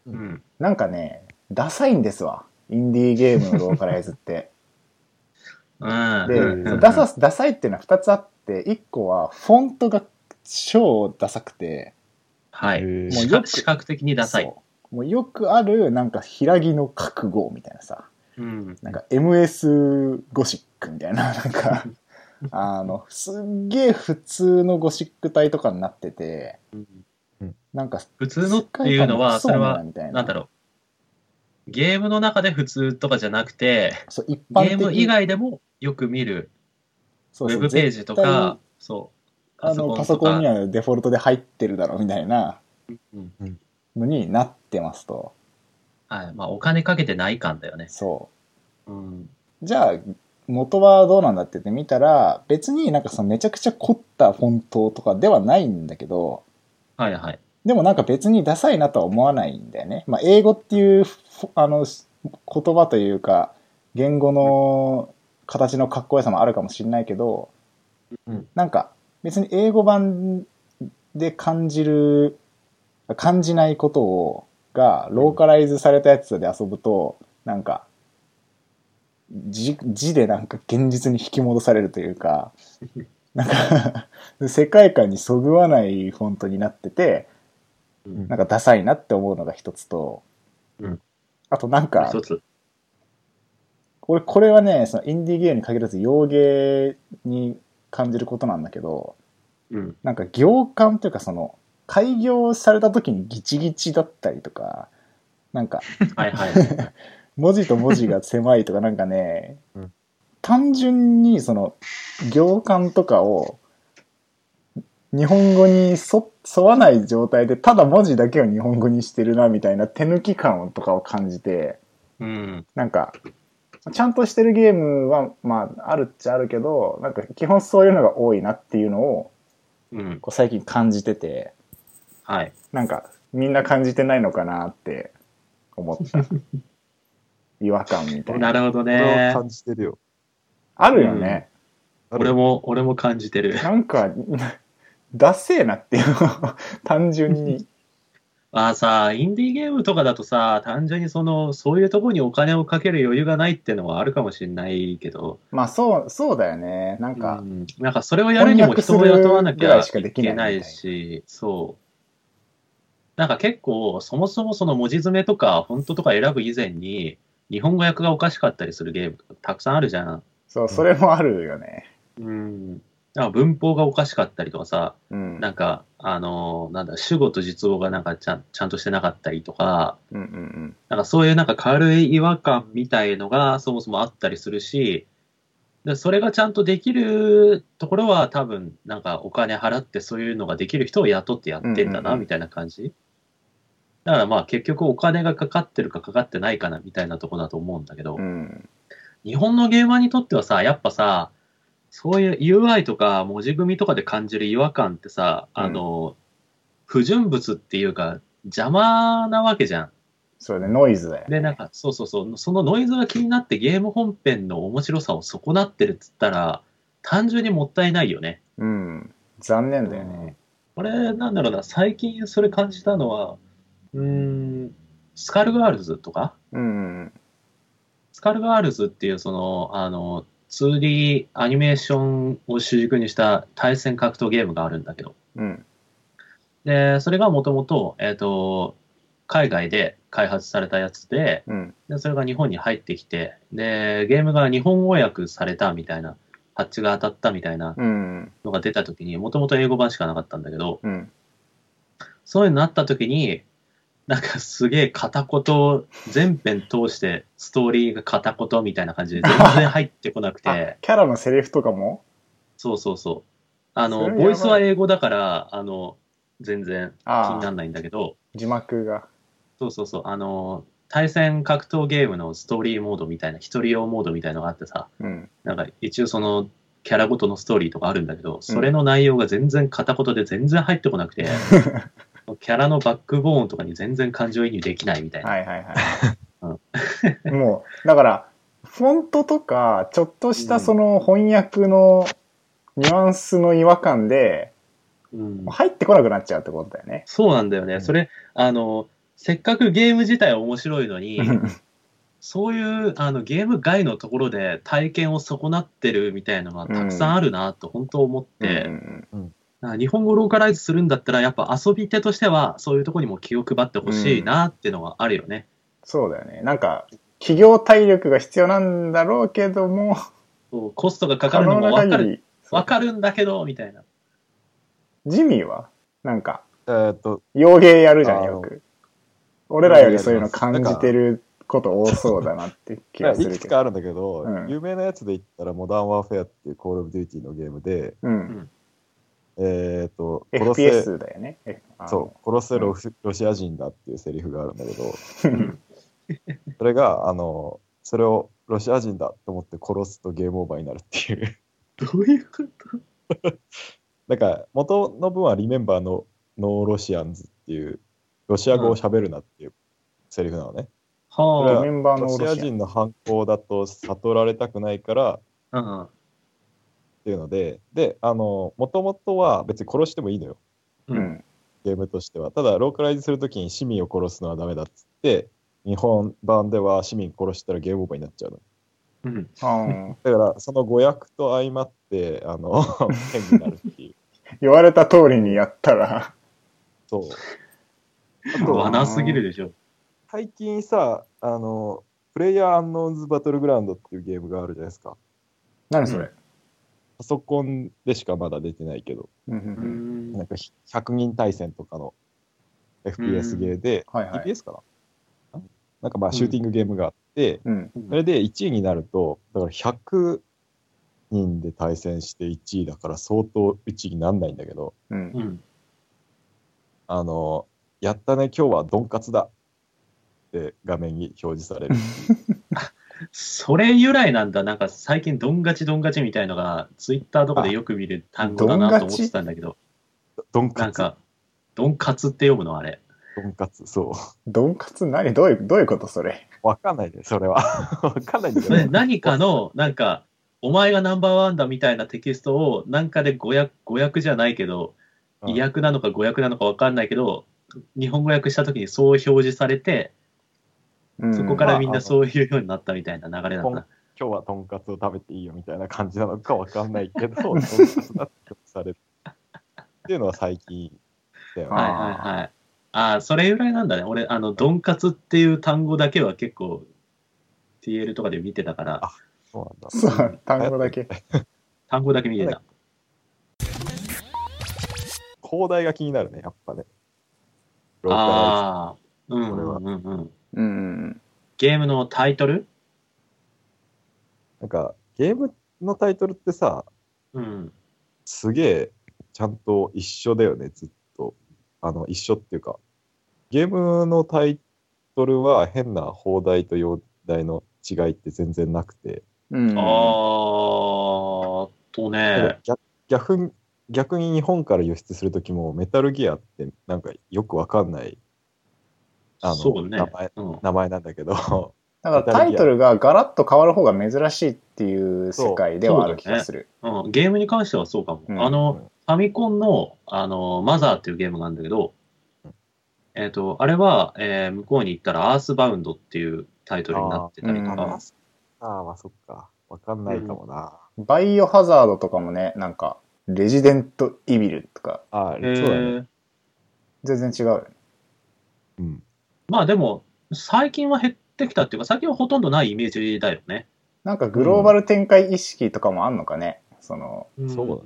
A: うん。
B: なんかね、ダサいんですわ。インディーゲームのローカライ ズって。
A: うん。
B: で、
A: うん
B: そのダサ、ダサいっていうのは2つあって、1個はフォントが超ダサくて、
A: はい。
C: え
B: もう
A: 視
B: よく
A: 覚視覚的にダサい。
B: そうもうよくある、なんか、平木の覚悟みたいなさ、
A: うん。
B: なんか MS ゴシックみたいな、 なんか、あの、すっげえ普通のゴシック体とかになってて、なんか、
A: 普通のっていうのは、
B: 世
A: それ
B: 界観がクソ
A: は、
B: みたい
A: なんだろう。ゲームの中で普通とかじゃなくて、
B: そう、一般
A: ゲ
B: 的
A: ーム以外でもよく見るウ
B: そう
A: ェ
B: そう
A: ブページとか、そう。
B: あのパソコンにはデフォルトで入ってるだろうみたいな
A: うん
B: のになってますと。
A: はい。まあ、お金かけてない感だよね。
B: そ
A: うん。
B: う。じゃあ、元はどうなんだって言ってみたら、別になんかそのめちゃくちゃ凝ったフォントとかではないんだけど、
A: はいはい。
B: でもなんか別にダサいなとは思わないんだよね。まあ、英語っていうフォ、あの、し言葉というか、言語の形のかっこよさもあるかもしれないけど、
C: うん
B: なんか別に英語版で感じる、感じないことを、が、ローカライズされたやつで遊ぶと、なんか、字、字でなんか現実に引き戻されるというか、なんか、 世界観にそぐわないフォントになってて、
A: うん
B: なんかダサいなって思うのが一つと、
A: うん
B: あとなんか
A: 一、つ。
B: 俺これはね、そのインディーゲームに限らず洋芸に感じることなんだけど、
A: うん。
B: なんか行間というかその、開業された時にギチギチだったりとか、なんか、
A: はい はい。
B: 文字と文字が狭いとかなんかね、
C: うん
B: 単純にその行間とかを日本語にそ沿わない状態でただ文字だけを日本語にしてるなみたいな手抜き感とかを感じて
A: うん。
B: なんかちゃんとしてるゲームはまああるっちゃあるけどなんか基本そういうのが多いなっていうのを
A: うん。
B: こう最近感じてて
A: はい。
B: なんかみんな感じてないのかなって思った 違和感みたいな
A: なるほど
C: それ
A: ね
C: を。感じてるよ。
B: あるよね。
A: 俺も、俺も感じてる。
B: なんか、ダセえなっていう 単純に。
A: まあさ、インディーゲームとかだとさ、単純にその、そういうとこにお金をかける余裕がないっていうのはあるかもしれないけど、
B: まあそう、そうだよね。なんか
A: う、んなんかそれをやるにも人を雇わなきゃ
B: 翻訳するぐらいしかで
A: いけ
B: きないみた
A: ない
B: ない
A: し、そう。なんか結構、そもそもその文字詰めとか、フォントとか選ぶ以前に、日本語訳がおかしかったりするゲームたくさんあるじゃん。
B: そう、それもあるよね。
A: うん。なんか文法がおかしかったりとかさ、
B: うん。
A: なんか、あのーなんだ、主語と実語がなんかちゃんちゃんとしてなかったりとか、
B: うんうんうん。
A: なんかそういうなんか軽い違和感みたいのがそもそもあったりするし、でそれがちゃんとできるところは多分なんかお金払ってそういうのができる人を雇ってやってんだ
B: うんうん
A: な
B: うん
A: みたいな感じ。だからまあ結局お金がかかってるかかかってないかなみたいなとこだと思うんだけど、
B: うん。
A: 日本のゲーマーにとってはさ、やっぱさ、そういう UI とか文字組みとかで感じる違和感ってさ、あの、不純物っていうか邪魔なわけじゃん。
B: そうね、ノイズだよね。
A: で、なんか、そうそうそう、そのノイズが気になってゲーム本編の面白さを損なってるっつったら、単純にもったいないよね。
B: うん。残念だよね。
A: これ、なんだろうな、最近それ感じたのは、うーん、スカルガールズとか
B: うんうん。
A: スカルガールズっていう、その、あの、2D アニメーションを主軸にした対戦格闘ゲームがあるんだけど、
B: うん。
A: で、それがもともと、えっ、と、海外で開発されたやつで、
B: うん。
A: で、それが日本に入ってきて、で、ゲームが日本語訳されたみたいな、ハッチが当たったみたいな
B: うん。
A: のが出た時に、もともと英語版しかなかったんだけど、
B: うん。
A: そういうのになった時に、なんかすげえ片言、全編通してストーリーが片言みたいな感じで全然入ってこなく
B: あ
A: て、、
B: キャラのセリフとかも
A: そうそうそう。あ
B: そ
A: の、
B: れやばい
A: ボイスは英語だから、あの、全然気
B: あ
A: にな
B: あ
A: ん、ないんだけど、
B: 字幕が。
A: そうそうそう、あの、対戦格闘ゲームのストーリーモードみたいな、一人用モードみたいのがあってさ、
B: うん。
A: なんか一応そのキャラごとのストーリーとかあるんだけど、それの内容が全然片言で全然入ってこなく て、キャラのバックボーンとかに全然感情移入できないみたいな。
B: はいはいはい。 もう、だから、フォントとか、ちょっとしたその翻訳のニュアンスの違和感で、
A: うん
B: もう入ってこなくなっちゃうってことだよね。
A: そうなんだよ
C: うん
A: ね。それ、あの、せっかくゲーム自体面白いの に、そういうあのゲーム外のところで体験を損なってるみたいなのがたくさんあるなと本当思って、
B: うん
A: なんか日本語ローカライズするんだったらやっぱ遊び手としてはそういうところにも気を配ってほしいなっていうのはあるよね。
B: そうだよね。なんか、企業体力が必要なんだろうけども、
A: そうコストがかか
B: 可
A: るの
B: 能
A: も
B: な
A: わかる
B: 限り、
A: わかるんだけど、みたいな。
B: ジミーは、なんか、
C: えーっと、
B: 洋芸やるじゃん、
C: あ
B: よ
C: あ
B: く。俺らよりそういうの感じてること多そうだなって気がす
C: い
B: る
C: くつ
B: け
C: か
B: ど。
C: あるんだけど、
B: うん
C: 有名なやつで言ったら、モダンワーフェアっていうコールオブデューティーのゲームで、
B: うん。
C: えーっと、殺せ、
B: FPS だよね。えあの
C: そう、殺せロシロシア人だっていうセリフがあるんだけど、
A: うん
C: それが、あの、それをロシア人だと思って殺すとゲームオーバーになるっていう。
A: どういうこと
C: なんか元の文はリメンバーのノーロシアンズっていうロシア語を喋るなっていうセリフなのね。
A: は
C: そ
B: メンバーの
C: ロシア人の犯行だと悟られたくないからっ
A: あ、うん。
C: ていうので、で、あの、もともとは別に殺してもいいのよ、
A: う。
B: うんん。
C: ゲームとしては。ただ、ローカライズするときに市民を殺すのはダメだっつって、日本版では市民殺したらゲームオーバーになっちゃうの。
A: うん。
B: うん
C: だから、その誤訳と相まって、あの、変になるっていう。
B: 言われた通りにやったら、
C: そう。
B: あと
A: 罠すぎるでしょ。
C: 最近さ、あの、プレイヤーアンノーンズバトルグラウンドっていうゲームがあるじゃないですか。
B: 何それ。
C: パソコンでしかまだ出てないけど、
B: うんう
A: うんん
C: なんかひ100人対戦とかの FPS ゲーで、
B: はいはい。
C: FPS かななんかまあシューティングゲームがあって、
B: うん。
C: それで1位になると、だから100人で対戦して1位だから相当1位になんないんだけど、
B: うん
A: う。ん。
C: あの、やったね、今日はドンカツだって画面に表示され る。
A: それ由来なんだ。なんか最近、ドンガチドンガチみたいのが、ツイッターとかでよく見る単語だなと思ってたんだけど、
C: ドン
A: な
C: カ
A: ん
C: ツ、
A: か、ドンカツって読むの、あれ。
C: ドンカツ、そう。
B: ドンカツ何どういう、どういうことそれ。
C: わかんないで、それは。 わかんないんだけ
A: それ
C: ど。
A: 何かの、なんか、お前がナンバーワンだみたいなテキストを、なんかで誤訳、誤訳じゃないけど、
C: うん
A: 意訳なのか語訳なのか分かんないけど、日本語訳した時にそう表示されて、
B: うん
A: そこからみんなそういうようになったみたいな流れなんだ。
C: 今日はとんかつを食べていいよみたいな感じなのかわかんないけど、とんかつだってされる。っていうのは最近だよ
B: あ
C: ね。
A: はいはいはい。ああ、それぐらいなんだね。俺、あの、ドンカツっていう単語だけは結構、TL とかで見てたから、
C: そうなんだ。
B: そう、単語だけ。
A: 単語だけ見てた。
C: 広大が気になるね、やっぱね。ローカ
A: ああ、うんうんうんうん。
B: うん。
A: ゲームのタイトル
C: ライズ。なんか、ゲームのタイトルってさ、
A: うん。
C: すげえ、ちゃんと一緒だよね、ずっと。あの、一緒っていうか、ゲームのタイトルは変な放題と用題の違いって全然なくて、
B: うん。
A: あーっとね、
C: 逆逆に逆に日本から輸出するときも、メタルギアってなんかよくわかんないあの
A: そうね
C: 名前。
A: うん
C: 名前なんだけど、
B: だからタイトルがガラッと変わる方が珍しいっていう世界ではある気がする。
A: うん、ゲームに関してはそうかも。
B: うん
A: あの、
C: うん
A: ファミコンの、あの、マザーっていうゲームがあるんだけど、えっ、と、あれは、えー向こうに行ったらアースバウンドっていうタイトルになってたりと
B: あーう
A: か
B: ん、
C: ああ、まあそっか。わかんないかもな。
B: バイオハザードとかもね、なんか、レジデントイビルとか、
C: ああ、
A: え
C: そうだね。
A: ー
B: 全然違うよね。
C: うん。
A: まあでも、最近は減ってきたっていうか、最近はほとんどないイメージだよね。
B: なんかグローバル展開意識とかもあんのかね。その、
C: そうだね。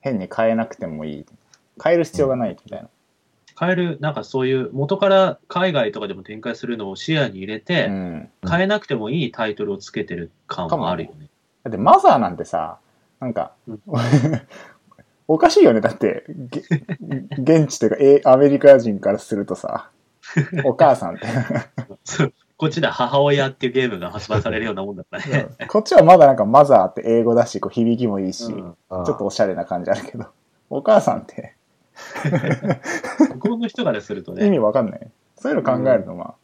B: 変に変えなくてもいい。変える必要がないみたいな。
A: 変える、なんかそういう、元から海外とかでも展開するのを視野に入れて、
B: うん。
A: 変えなくてもいいタイトルをつけてる感はあるよね。
B: だってマザーなんてさ、なんか、
A: うん
B: おかしいよね。だって、げ現地というか、えアメリカ人からする とさ、お母さんって。
A: こっちで母親っていうゲームが発売されるようなもんだからね。
B: こっちはまだなんかマザーって英語だし、こう響きもいいし、
A: う
B: ちょ
A: ん
C: あ
B: っとおしゃれな感じあるけど、お母さんって
A: 向こうの人からすると
B: 意
A: ね、
B: 味わかんない。そういうの考えるのは、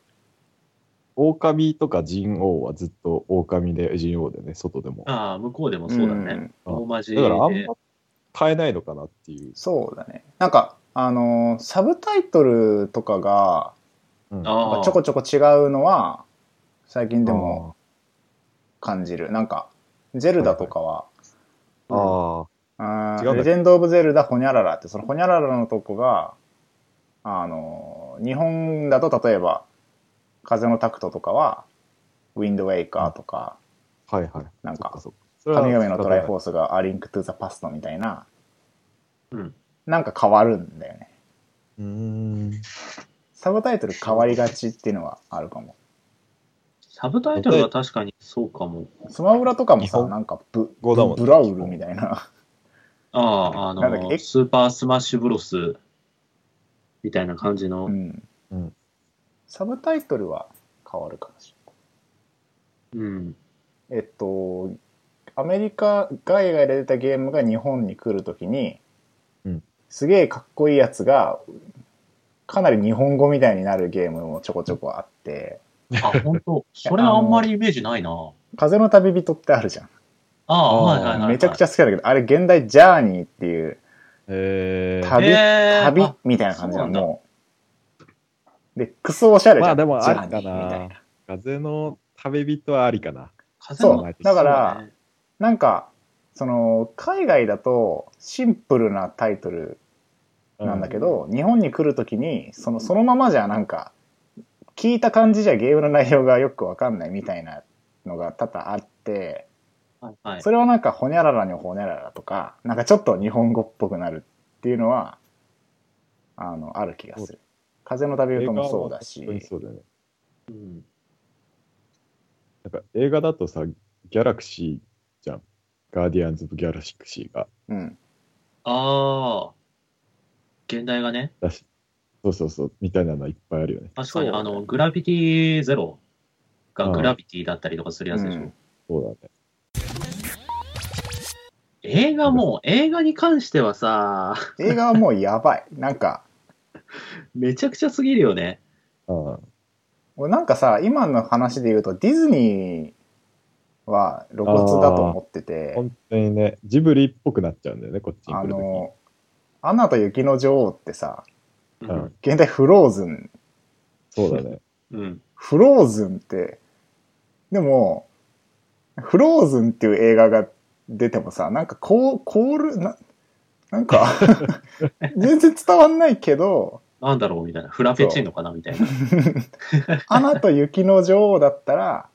C: 狼とか人王はずっと狼で人王でね、外でも。だか
A: ああ、向こうでもそうだね。
B: ん
C: うん
A: ローマ字で。
C: らあんま変えないのかなっていう。
B: そうだね。なんか、あのーサブタイトルとかが、
C: うん
B: なん
A: あ
B: か
A: あ
B: ちょこちょこ違うのは、最近でも、感じる。なんか、ゼルダとかは、
C: あーあ
B: あ
C: 違
B: ー
C: うんだ
B: レジェンド・オブ・ゼルダ・ホニャララって、そのホニャララのとこが、あの、日本だと例えば、風のタクトとかは、ウィンド・ウェイカーとか、
C: ー、はいはい。
B: なんか
C: そっかそっか
B: 神々のトライフ
C: ー
B: ォースがアリンク・トゥ・ザ・パストみたいな、
A: うん
B: なんか変わるんだよね。
C: うーん。
B: サブタイトル変わりがちっていうのはあるかも。
A: サブタイトルは確かにそうかも。
B: スマブラとかも
C: 日
B: さ、
C: 本
B: なんかブ、
C: 語だもんね
B: ブラウルみたいな。
A: ああ、あ
B: なんだっけ
A: の、スーパースマッシュブロスみたいな感じの。
B: うん。
C: うん
B: サブタイトルは変わるかもしれない。
A: うん。
B: えっと、アメリカ、海外で出たゲームが日本に来るときに、
C: うん
B: すげえかっこいいやつが、かなり日本語みたいになるゲームもちょこちょこあって、
A: あ、本 当それはあんまりイメージないな。
B: 風の旅人ってあるじゃん。
A: ああ、はいはいはいはい。
B: めちゃくちゃ好きだけど、あれ現代ジャーニーっていう
C: えー
B: 旅、
A: へー
B: 旅
A: あ
B: みたいな感じな
A: そうなんだ
B: の。もうで、クソおしゃれじゃん。
C: まあでも
B: ジャ
C: あ
B: ーニ
C: り
B: ー
C: か
B: みたいな
C: な。。風の旅人はありかな。
A: 風の
B: そうだから
A: そうね
B: なんか、その、海外だとシンプルなタイトル
C: う
B: なんだけど、日本に来るときにそのそのままじゃなんか聞いた感じじゃゲームの内容がよくわかんないみたいなのが多々あって
A: はいはい
B: それはなんかほにゃららにほにゃららとかなんかちょっと日本語っぽくなるっていうのはあのある気がする「風の旅
C: 映
B: 人」
C: 画
B: も
C: は
B: そうだ
C: 本当に
B: し
C: そうだよね。
A: うん
C: なんか映画だとさ、ギャラクシーじゃん。ガーディアンズ・オブ・ギャラクシーが。
B: うん
A: ああ、現代がね。
C: だし、そうそうそう、みたいなのいっぱいあるよね。
A: 確かに、
B: そう
A: あの、グラビティゼロがグラビティだったりとかするやつでしょ。
B: うん
C: そうだね。
A: 映画も、映画に関してはさ、
B: 映画はもうやばい なんか
A: めちゃくちゃすぎるよね。
C: あ
B: 俺なんかさ今の話で言うとディズニーは露骨だと思ってて
C: あ、本当にね、ジブリっぽくなっちゃうんだよね、こっちに
B: あ
C: 来るとき。
B: の、アナと雪の女王ってさ、
A: う
C: うんん。
B: 現代フローズン、
C: そうだね。
A: うん。
B: フローズンって、でも、フローズンっていう映画が出てもさ、なんかこう、コール、な、なん か、全然伝わんないけど、
A: なんだろうみたいな。フラペチーノかなみたいな。
B: アナと雪の女王だったら、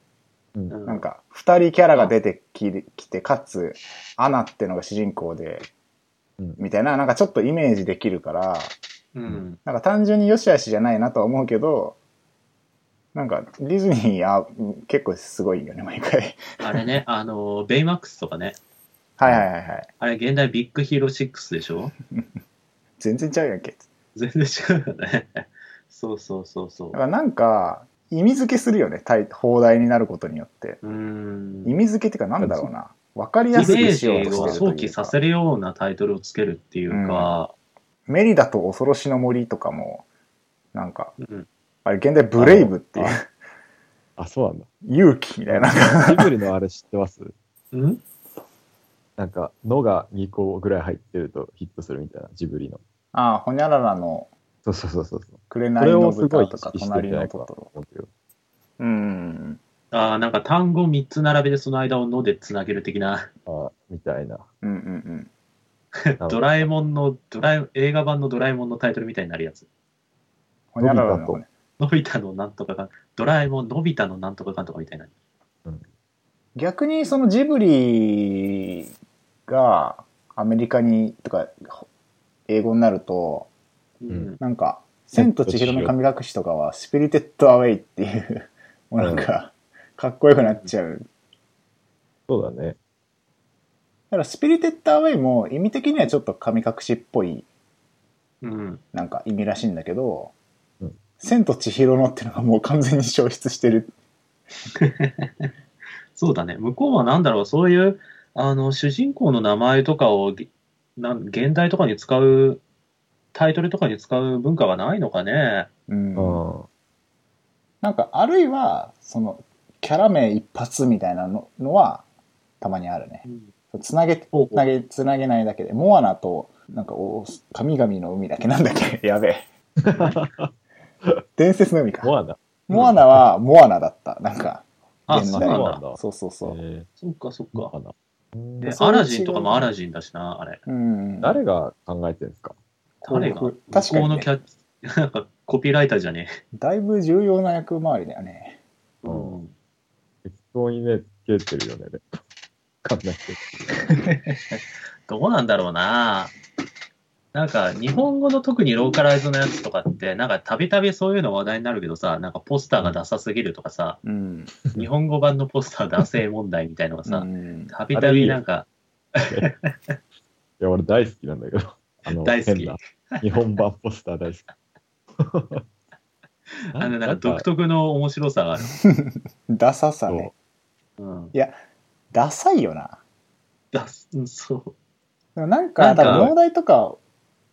C: うん
A: う
B: なんか、二人キャラが出てききて、かつ、アナってのが主人公で、
C: うん
B: みたいな、なんかちょっとイメージできるから、
A: うん。
B: なんか単純に良し悪しじゃないなとは思うけど、なんか、ディズニーはうん結構すごいよね、毎回。
A: あれね、あの、ベイマックスとかね。
B: はいはいはいはい。
A: あれ、現代ビッグヒーロー6でし ょ
B: 全然ちゃうやんけ。
A: 全然違うよね。そうそうそうそ
B: だからなんか、意味付けするよね、タイ放題になることによって。
A: う。うん。
B: 意
A: イメ
B: 味付けっていうかなんだろうな。わかりやすく
A: ー
B: し
A: ジ
B: ようと
A: を
B: してる
A: 想
B: とい
A: 起
B: うか
A: させるようなタイトルをつけるっていうか、
B: メリダと恐ろしの森とかも、なんか、
A: うん
B: あれ現代ブレイブっていう
C: ああ、そうなんだ。
B: 勇気みたいな。
C: ジブリのあれ知ってます
A: うん
C: なんか、のが2個ぐらい入ってるとヒットするみたいな、ジブリの。
B: ああ、ほにゃららの
C: そうそうそうそう。
B: 紅
C: これ
B: の
C: をすごい
B: 豚
C: 意
B: とか
C: 識して
B: 隣
C: るんじゃな
B: の
C: いか
B: ト
C: な
B: ト
C: と
B: ロ。
C: 思うけど。
B: うん。
A: ああ、なんか単語3つ並べてその間をのでつなげる的な。
C: あみた いな。
B: うんうんうん。
A: ドラえもんの、ドラえ、映画版のドラえもんのタイトルみたいになるやつ。
B: ほにゃららの、
C: のび
B: ね、
A: のび太のなんとかかん、ドラえもんのび太のなんとかかんとかみたいな。
B: 逆にそのジブリがアメリカに、とか、ほ英語になると、
A: うん。
C: うん
B: なんか、千と千尋の神隠しとかは、スピリテッドアウェイっていう、もうなんか、かっこよくなっちゃう。
C: そうだね。
B: だから、スピリテッドアウェイも意味的にはちょっと神隠しっぽい
A: うん。
B: なんか意味らしいんだけど、
C: うん
B: 千と千尋のってのがもう完全に消失してる。
A: そうだね。向こうはなんだろう、そういう、あの、主人公の名前とかを、げなん現代とかに使う、タイトルとかに使う文化がないのかね。
B: うん
C: う。ん。
B: なんか、あるいは、その、キャラ名一発みたいなののは、たまにあるね。つなげ、つ
A: ほうほう
B: なげ、つなげないだけで、モアナと、なんか、お神々の海だっけなんだっ けやべえ。伝説の海か。
C: モアナ。
B: モアナは、モアナだった。なんか、
A: あ、
B: 現
A: そう
B: 代
A: な
C: そ
A: ん
C: うなん
A: だ。
C: だ
B: そうそうそう。
C: えー
A: そっかそっ
C: モ
A: か。
C: アナうん
A: で、
B: そ
A: ア
B: れは違う
A: ラジンとかもアラジンだしな、あれ。
B: うん。
C: 誰が考えてるんですか
A: 誰が
B: こう
A: 向
B: 確かにね
A: こうのキャッチ、 なんかコピーライターじゃね
B: だいぶ重要な役回りだよね。
A: え。
C: うん適当にね、つけてるよね。考えてる。
A: どうなんだろうな。なんか、日本語の特にローカライズのやつとかって、なんか、たびたびそういうの話題になるけどさ、なんか、ポスターがダサすぎるとかさ、
B: うん。
A: 日本語版のポスターダセー問題みたいのが
B: う
A: さ、
B: ん
A: たびたびなんか、
C: いや、俺大好きなんだけど。あ の
A: 大好き
C: 変な日本版ポスター大好き。
A: あの、なんか、独特の面白さがある。
B: ダサさ
C: そ
B: ね
C: う。
A: うん。
B: ダサいよな。
A: だすうんそう。
B: でもなん
A: な
B: か、
A: んか
B: 多分農大とか、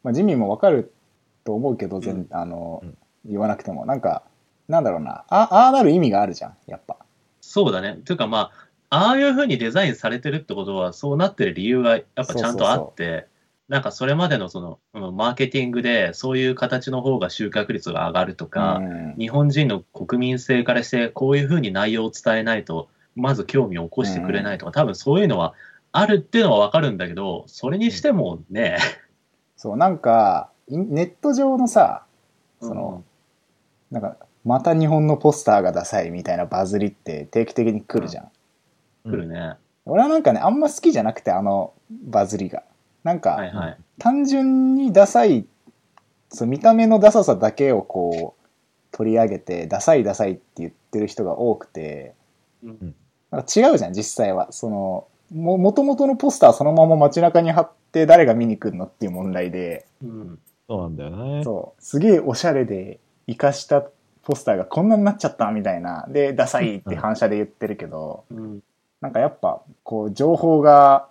B: まあ、ジミーもわかると思うけど、全
A: うん
B: あの、
C: うん
B: 言わなくても、なんか、なんだろうな。あ、ああなる意味があるじゃん、やっぱ。
A: そうだね。というか、まあ、ああいう風にデザインされてるってことは、そうなってる理由がやっぱちゃんとあって、なんかそれまでのその、うんマーケティングで、そういう形の方が集客率が上がるとか、
B: うん
A: 日本人の国民性からして、こういうふうに内容を伝えないと、まず興味を起こしてくれないとか、多分そういうのはあるっていうのはわかるんだけど、それにしてもね、
B: そう、なんか、インネット上のさ、その、なんか、また日本のポスターがダサいみたいなバズりって定期的に来るじゃん。
A: うん来るね。
B: 俺はなんかね、あんま好きじゃなくて、あのバズりが。なんか、
A: はいはい。
B: 単純にダサい、そう、見た目のダサさだけをこう、取り上げて、ダサいダサいって言ってる人が多くて、
A: うん
B: なんか違うじゃん、実際は。その、も、もともとのポスターそのまま街中に貼って誰が見に来るのっていう問題で、
A: うん。
C: そうなんだよね。
B: そう、すげえおしゃれで、活かしたポスターがこんなになっちゃったみたいな、で、ダサいって反射で言ってるけど、
A: うん。
B: なんかやっぱ、こう、情報が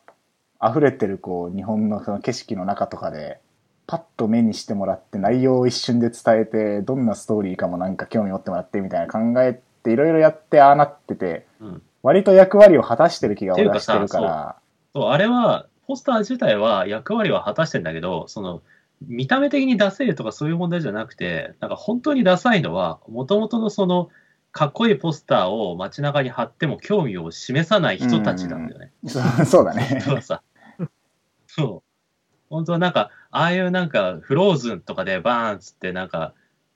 B: 溢れてる、こう、日本のその景色の中とかで、パッと目にしてもらって、内容を一瞬で伝えて、どんなストーリーかもなんか興味持ってもらって、みたいな考えて、いろいろやって、ああなってて、
A: うん。
B: 割と役割を果たしてる気が俺はしてるか、
A: っていうからそう、あれは、ポスター自体は役割は果たしてんだけど、その、見た目的にダセえとかそういう問題じゃなくて、なんか本当にダサいのは、もともとのその、かっこいいポスターを街中に貼っても興味を示さない人たちなんだよね。
B: そうそうだね。
A: 本当はさ。そう。本当はなんか、ああいうなんか、フローズンとかでバーンっつって、なんか、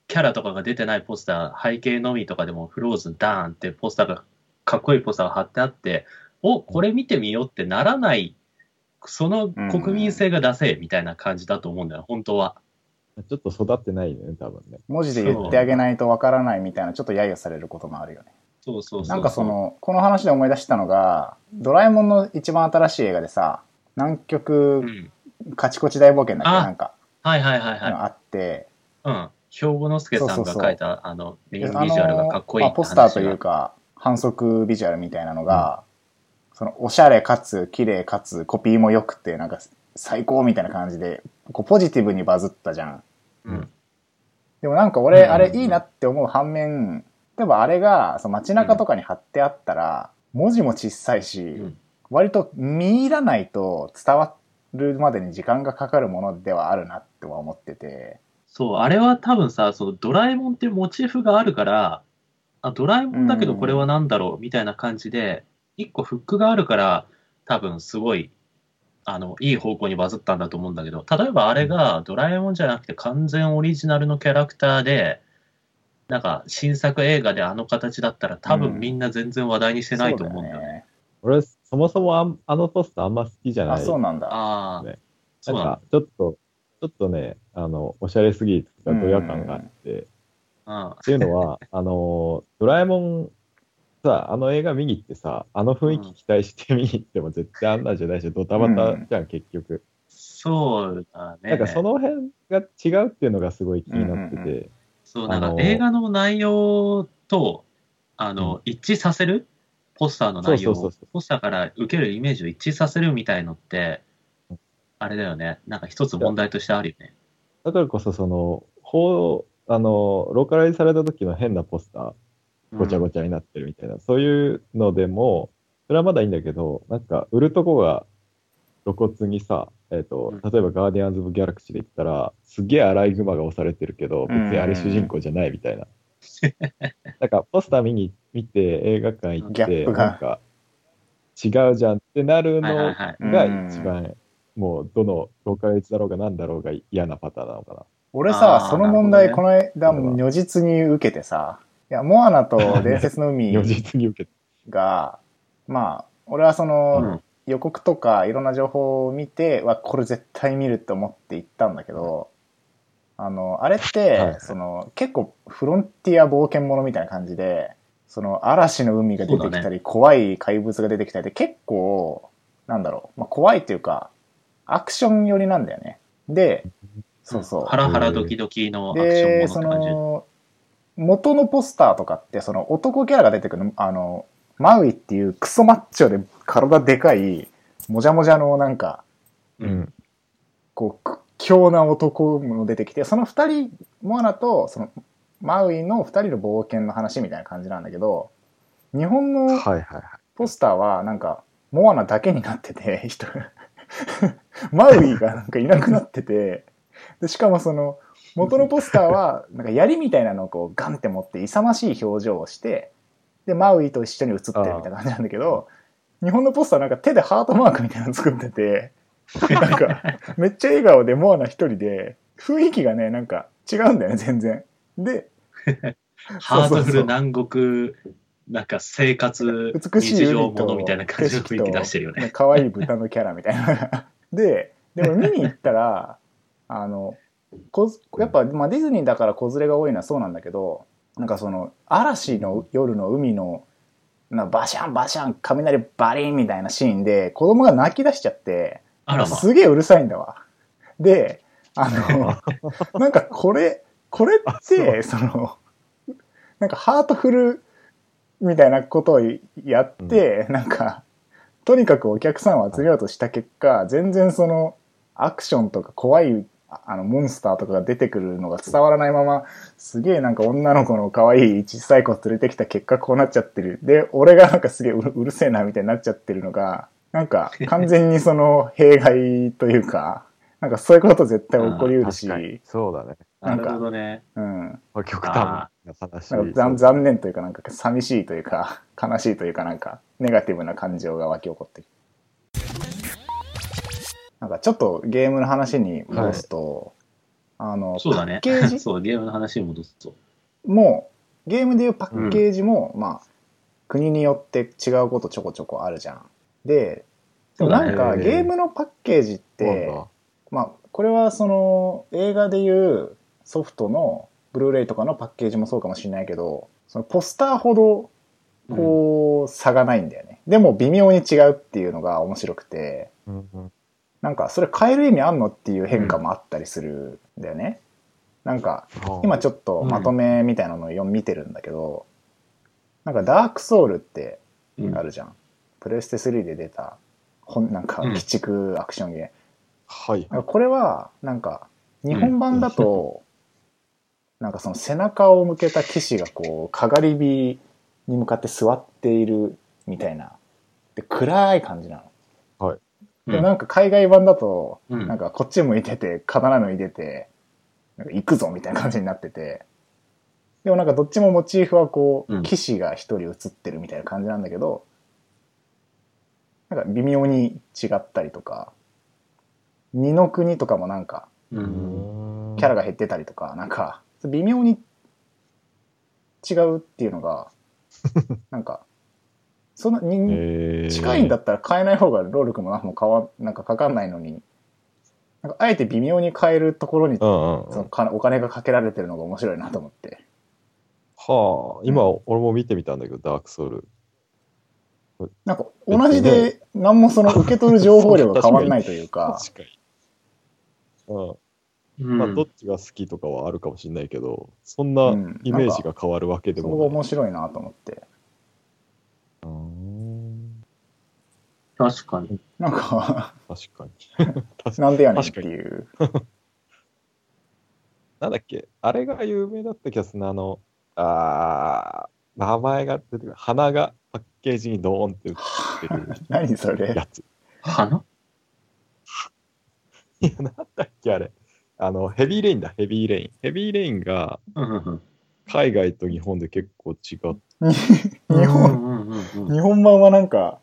A: キャラとかが出てないポスター、背景のみとかでもフローズンダーンってポスターが、かっこいいポスターが貼ってあって、お、これ見てみようってならない、その国民性が出せみたいな感じだと思うんだよ、本当は。
C: ちょっと育ってないよね、多分ね。
B: 文字で言ってあげないとわからないみたいな、ちょっと揶揄されることもあるよね。
A: そうそうそう。
B: なんかそ、の、この話で思い出したのが、ドラえもんの一番新しい映画でさ、南
A: う
B: 極
A: ん。
B: カチコチ大冒険だっけ
A: あ
B: なんか、
A: はいはいはいはい。
B: あって、
A: うん。兵庫之助さん
B: そうそ
A: が
B: うそう
A: 書いた、あの、ビジ
B: で
A: ュアルがかっこいいって話
B: あのまあ
A: が
B: ポスターというか、反則ビジュアルみたいなのが、その、おしゃれかつ、綺麗かつ、コピーも良くて、なんか、最高みたいな感じで、こうポジティブにバズったじゃん。
A: うん。
B: でもなんか
A: うん
B: 俺、
A: うんうん
B: あれいいなって思う反面、例えばあれが、その街中とかに貼ってあったら、文字も小さいし、
A: うん
B: 割と見入らないと伝わるまでに時間がかかるものではあるなっては思ってて、
A: そう、あれは多分さ、そのドラえもんっていうモチーフがあるから、あ、ドラえもんだけどこれは何だろうみたいな感じで、一個フックがあるから、多分すごい、あの、いい方向にバズったんだと思うんだけど、例えばあれがドラえもんじゃなくて完全オリジナルのキャラクターで、なんか新作映画であの形だったら多分みんな全然話題にしてないと思うんだよね。
B: ね。
C: 俺、そもそもあんあのポスターあんま好きじゃ
B: あ、
C: ない。
B: そうなんだ。
A: ああ
C: ね、
A: そう
C: なん
A: なんだ
C: か、ちょっと、ちょっとね、あの、おしゃれすぎてとか、ドヤ感があって、っ。
A: うん
C: ていうのは、あの、ドラえもん、さ、あの映画見に行ってさ、あの雰囲気期待して見に行っても絶対あんなんじゃないし、ドタバタじゃん、結局。
A: そうだね。
C: なんかその辺が違うっていうのがすごい気になってて、
B: うんうんう
A: そう、なん
C: あ
A: か
C: の
A: 映画の内容と、あの、一致させるポスターの内容
C: そうそう
A: を
C: そうそう、
A: ポスターから受けるイメージを一致させるみたいのって
C: うん、
A: あれだよね。なんか一つ問題としてあるよね。
C: だからこそ、その、ほう、あの、ローカライズされた時の変なポスター、ごちゃごちゃになってるみたいな、そういうのでも、それはまだいいんだけど、なんか、売るとこが露骨にさ、えっ、と、
A: う
C: 例えばガーディアンズ・オブ・ギャラクシーで言ったら、すげえアライグマが押されてるけど、別にあれ主人公じゃないみたいな。なんか、ポスター見に、見て映画館行っ
B: ギャ
C: て、
B: ップが
C: なんか、違うじゃんってなる
A: はいはい
C: の
A: はい。
C: が
B: うん
C: 一番、もう、どのローカルイズだろうが何だろうが嫌なパターンなのかな。
B: 俺
A: あ
B: さ
A: ー、
B: その問題、
A: なる
B: こ
A: ほ
B: の間、如実に受けてさ、いや、モアナ と伝説の海
C: 如実に受けて。
B: が、まあ、俺はその、
A: うん
B: 予告とかいろんな情報を見てはこれ絶対見ると思って行ったんだけど、あのあれって、
C: はい
B: その結構フロンティア冒険ものみたいな感じでその嵐の海が出てき
A: そう
B: た
A: だ
B: り、怖い怪物が出てきたりで結構なんだろう、まあ、怖いというかアクション寄りなんだよねでそうそう、
A: ハラハラドキドキのアクショ
B: で
A: ン
B: そ
A: ものって感
B: の元のポスターとかってその男キャラが出てくるあのマウイっていうクソマッチョで体でかいもじゃもじゃのなんか
A: じ。うん。
B: こう屈強な男も出てきてその2人モアナとそのマウイの2人の冒険の話みたいな感じなんだけど日本の
C: はいはいはい。
B: ポスターはなんかモアナだけになってて 人がマウイがなんかいなくなっててでしかもその元のポスターはなんか槍みたいなのをこうガンって持って勇ましい表情をしてでマウイと一緒に写ってるみたいな感じなんだけど日本のポスターなんか手でハートマークみたいなの作っててなんかめっちゃ笑顔でモアナ一人で雰囲気がねなんか違うんだよね全然。で
A: ハート
B: そ
A: フ
B: うそうそ
A: ル
B: う
A: 南国、なんか生活、
B: 美しい
A: 日
B: 海
A: 常
B: と
A: ものみたいな感じの雰囲気出してるよね。
B: 可愛い豚のキャラみたいな。 で、でも見に行ったら、 あの、こずやっぱ、まあ、ディズニーだから子連れが多いのはそうなんだけど、なんかその、嵐の夜の海の、なバシャンバシャン、雷バリンみたいなシーンで、子供が泣き出しちゃって、
A: あらま。
B: すげえうるさいんだわ。で、あ の、なんかこれ、これって、その、なんかハートフルみたいなことをやって、なんか、とにかくお客さんを集めようとした結果、全然その、アクションとか怖い、ああの、モンスターとかが出てくるのが伝わらないまま、すげえなんか女の子の可愛い小さい子連れてきた結果こうなっちゃってる。で、俺がなんかすげえうるうるせえなみたいになっちゃってるのが、なんか、完全にその、弊害というか、 なんかそういうこと絶対起こりうるし、
C: 確かに。そうだね。
B: な
A: なん
B: か
A: るほどね。
B: うん。
C: まあ、極端な話。
B: なんか残残念というか、なんか寂しいというか、 悲しいというか、なんか、ネガティブな感情が湧き起こってる。なんかちょっとゲームの話に戻すと、あの、
A: そうだね
B: パッケー。ジ
A: そう、ゲームの話に戻すと。
B: もうゲームでいうパッケージも、まあ国によって違うことちょこちょこあるじゃん。ででもなん
C: そうだ
B: か
C: ね
B: ゲームのパッケージっ
C: そう
B: て、
C: なんだ
B: まあこれはその映画でいうソフトのブルーレイとかのパッケージもそうかもしれないけどそのポスターほどこう差がないんだよね。でも微妙に違うっていうのが面白くて
C: うんうん
B: なんかそれ変える意味あんのっていう変化もあったりするんだよね。なんか今ちょっとまとめみたいなのを読み見てるんだけど、なんかダークソウルって
A: うん、
B: あるじゃん。プレステ3で出た、ほんなんか
A: うん
B: 鬼畜アクションゲーム。
C: はい。
B: なんかこれは、なんか日本版だと、なんかその背中を向けた騎士がこう、かがり火に向かって座っているみたいな。で、暗い感じな
A: う
B: の。
A: ん
B: でもなんか海外版だと、
A: うん
B: なんかこっち向いてて、刀抜いてて、なんか行くぞみたいな感じになってて、でもなんかどっちもモチーフはこ
A: う
B: う、
A: ん
B: 騎士が一人写ってるみたいな感じなんだけど、なんか微妙に違ったりとか、二の国とかもなんか
A: うん。
B: キャラ
C: が。
B: が減ってたりとか、なんか微妙に違うっていう のが、なんか、そんなに、
C: えー
B: 近いんだったら変えない方が労力も何も変わなんかかかんないのになんかあえて微妙に変えるところに
C: う
B: そ
C: んうんう
B: の
C: ん。
B: かお金がかけられてるのが面白いなと思って
C: はあ、今、俺も見てみたんだけど、ダークソウル。
B: なんか同じで何もその受け取る情報量が変わらないというか
C: 確かに。うん
A: うん
C: まあ、どっちが好きとかはあるかもしれないけど、そ
B: う
C: んなんイメージが変わるわけで
B: そこが
C: もない。
B: 面白いなと思って
C: うん
A: 確かに。
B: なんか
C: 確かに。
B: なんでやねんっ
C: 確
B: て
C: か
B: いう
C: なんだっけあれが有名だった気がするな、あの、あー名前が出てくる。花がパッケージにドーンって売って
B: 何そ
C: る
B: れ
C: やつ。
A: 花
C: いや、なんだっけあれ。あの、ヘビーレインだ、ヘビーレイン。ヘビーレインが
A: うんうん
C: 海外と日本で結構違う。
A: うん。
B: 日
A: う
B: 本
A: んうんうん
B: 日本版はなんか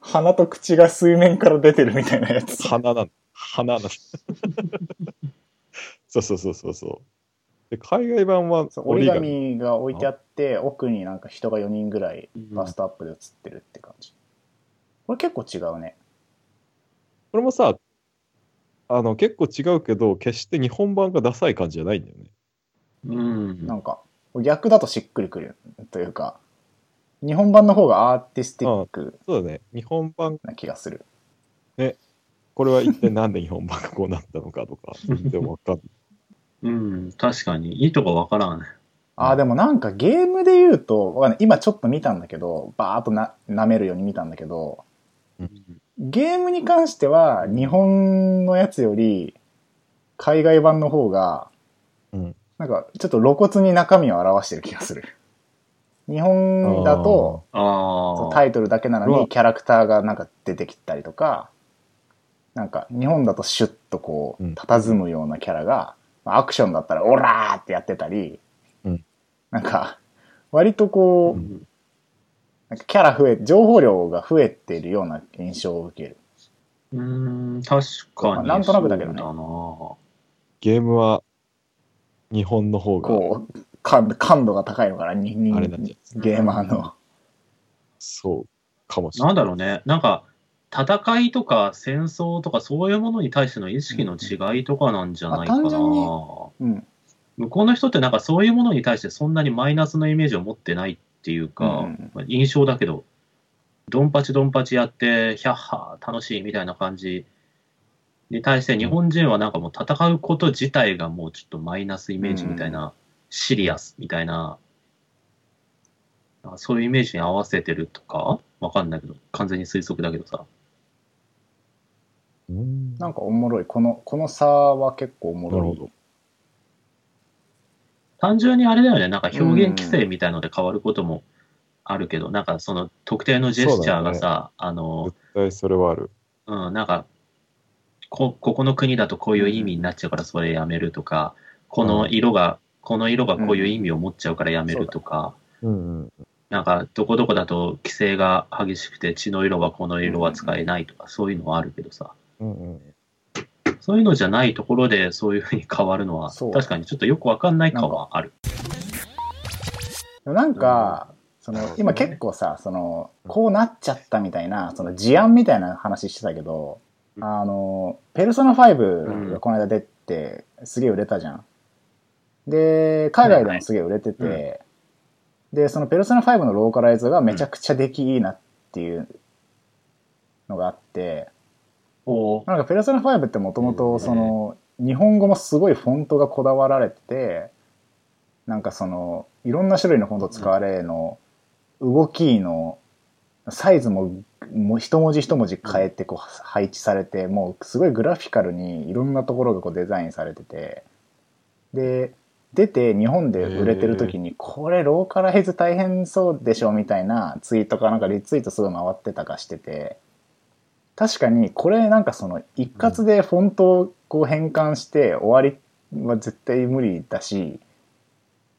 B: 鼻と口が水面から出てるみたいなやつ
C: 花なの。花なの。 そうそうそうそうそう。で、海外版は
B: そう折
C: 折り
B: り
C: 紙。
B: 紙が置いてあって奥になんか人が4人ぐらいバストアップで写ってるって感じ。これ結構違うね。
C: これもさ、あの、結構違うけど、決して日本版がダサい感じじゃないんだよね。
A: うん
B: なんか、逆だとしっくりくるというか、日本版の方がアーティスティック
C: そうだね。日本版
B: な気がする。
C: これは一体なんで日本版がこうなったのか とか、でもわかんない。
A: うん、確かに。いいとこわからんね。
B: ああ、でもなんかゲームで言うと、わかんない今ちょっと見たんだけど、バーっとな舐めるように見たんだけど、ゲームに関しては日本のやつより海外版の方が
C: うん。
B: なんか、ちょっと露骨に中身を表してる気がする。日本だと、そ
A: ああ。
B: うタイトルだけなの
C: う
B: に
C: わ
B: キャラクターがなんか出てきたりとか、なんか、日本だとシュッとこう
C: う、ん
B: 佇むようなキャラが、まあアクションだったら、オラーってやってたり、
C: うん
B: なんか、割とこう、
C: うん
B: なんかキャラ増え、情報量が増えているような印象を受ける。
A: うん、確かに。
B: なんとなくだけどね
A: そ
C: ゲームは日本の方が、
B: こう、感感度が高いのかな、にに
C: あれなんじゃないですか
B: ゲーマーの。
C: そうかもし
A: う
C: れ
A: だな。ない
C: な。
A: んだろうね。なんか、戦いとか戦争とかそういうものに対しての意識の違いとかなんじゃないか
B: あ単
A: な。
B: 純にうん。
A: 向こうの人ってなんかそういうものに対してそんなにマイナスのイメージを持ってないっていうか、
B: うん
A: まあ印象だけど、ドンパチドンパチやって、ヒャッハー楽しいみたいな感じに対して日本人はなんかもう戦うこと自体がもうちょっとマイナスイメージみたいな、シリアスみたいな、あそういうイメージに合わせてるとかわかんないけど、完全に推測だけどさ。
C: うん
B: な
C: なん
B: かおもろい。この、この差は結構おも
C: る
B: ろ
C: ほ
B: い。
C: ど。
A: 単純にあれだよね、なんか表現規制みたいので変わることもあるけど、なんかその特定のジェスチャーがさ、あの
C: 絶、対それはある。
A: うん、なんかこ、ここの国だとこういう意味になっちゃうからそれやめるとか、この色が、この色がこういう意味を持っちゃうからやめるとか、
C: うんうん。
A: なんか、どこどこだと規制が激しくて、血の色はこの色は使えないとか、そういうのはあるけどさ、
C: うんうん、
A: そういうのじゃないところでそういうふうに変わるのは、
B: そう
A: 確かにちょっとよくわかんない感はある。
B: でもなんか、そ
A: なるほど
B: の
A: ね
B: 今結構さそのこうなっちゃったみたいなその事案みたいな話してたけど
A: うん
B: あの「ペルソナ5」がこの間出てすげえ売れたじゃん。で海外でもすげえ売れてて、
A: はいは
B: でその「ペルソナ5」のローカライズがめちゃくちゃ出来いいなっていうのがあって
A: おー
B: なんか「ペルソナ5」ってもともとその日本語もすごいフォントがこだわられててなんかそのいろんな種類のフォント使われの動きのサイズももう一文字一文字変えてこう配置されてもうすごいグラフィカルにいろんなところがこうデザインされててで出て日本で売れてる時にこれローカライズ大変そうでしょみたいなツイートかなんかリツイートすごい回ってたかしてて確かにこれなんかその一括でフォントをこう変換して終わりは絶対無理だし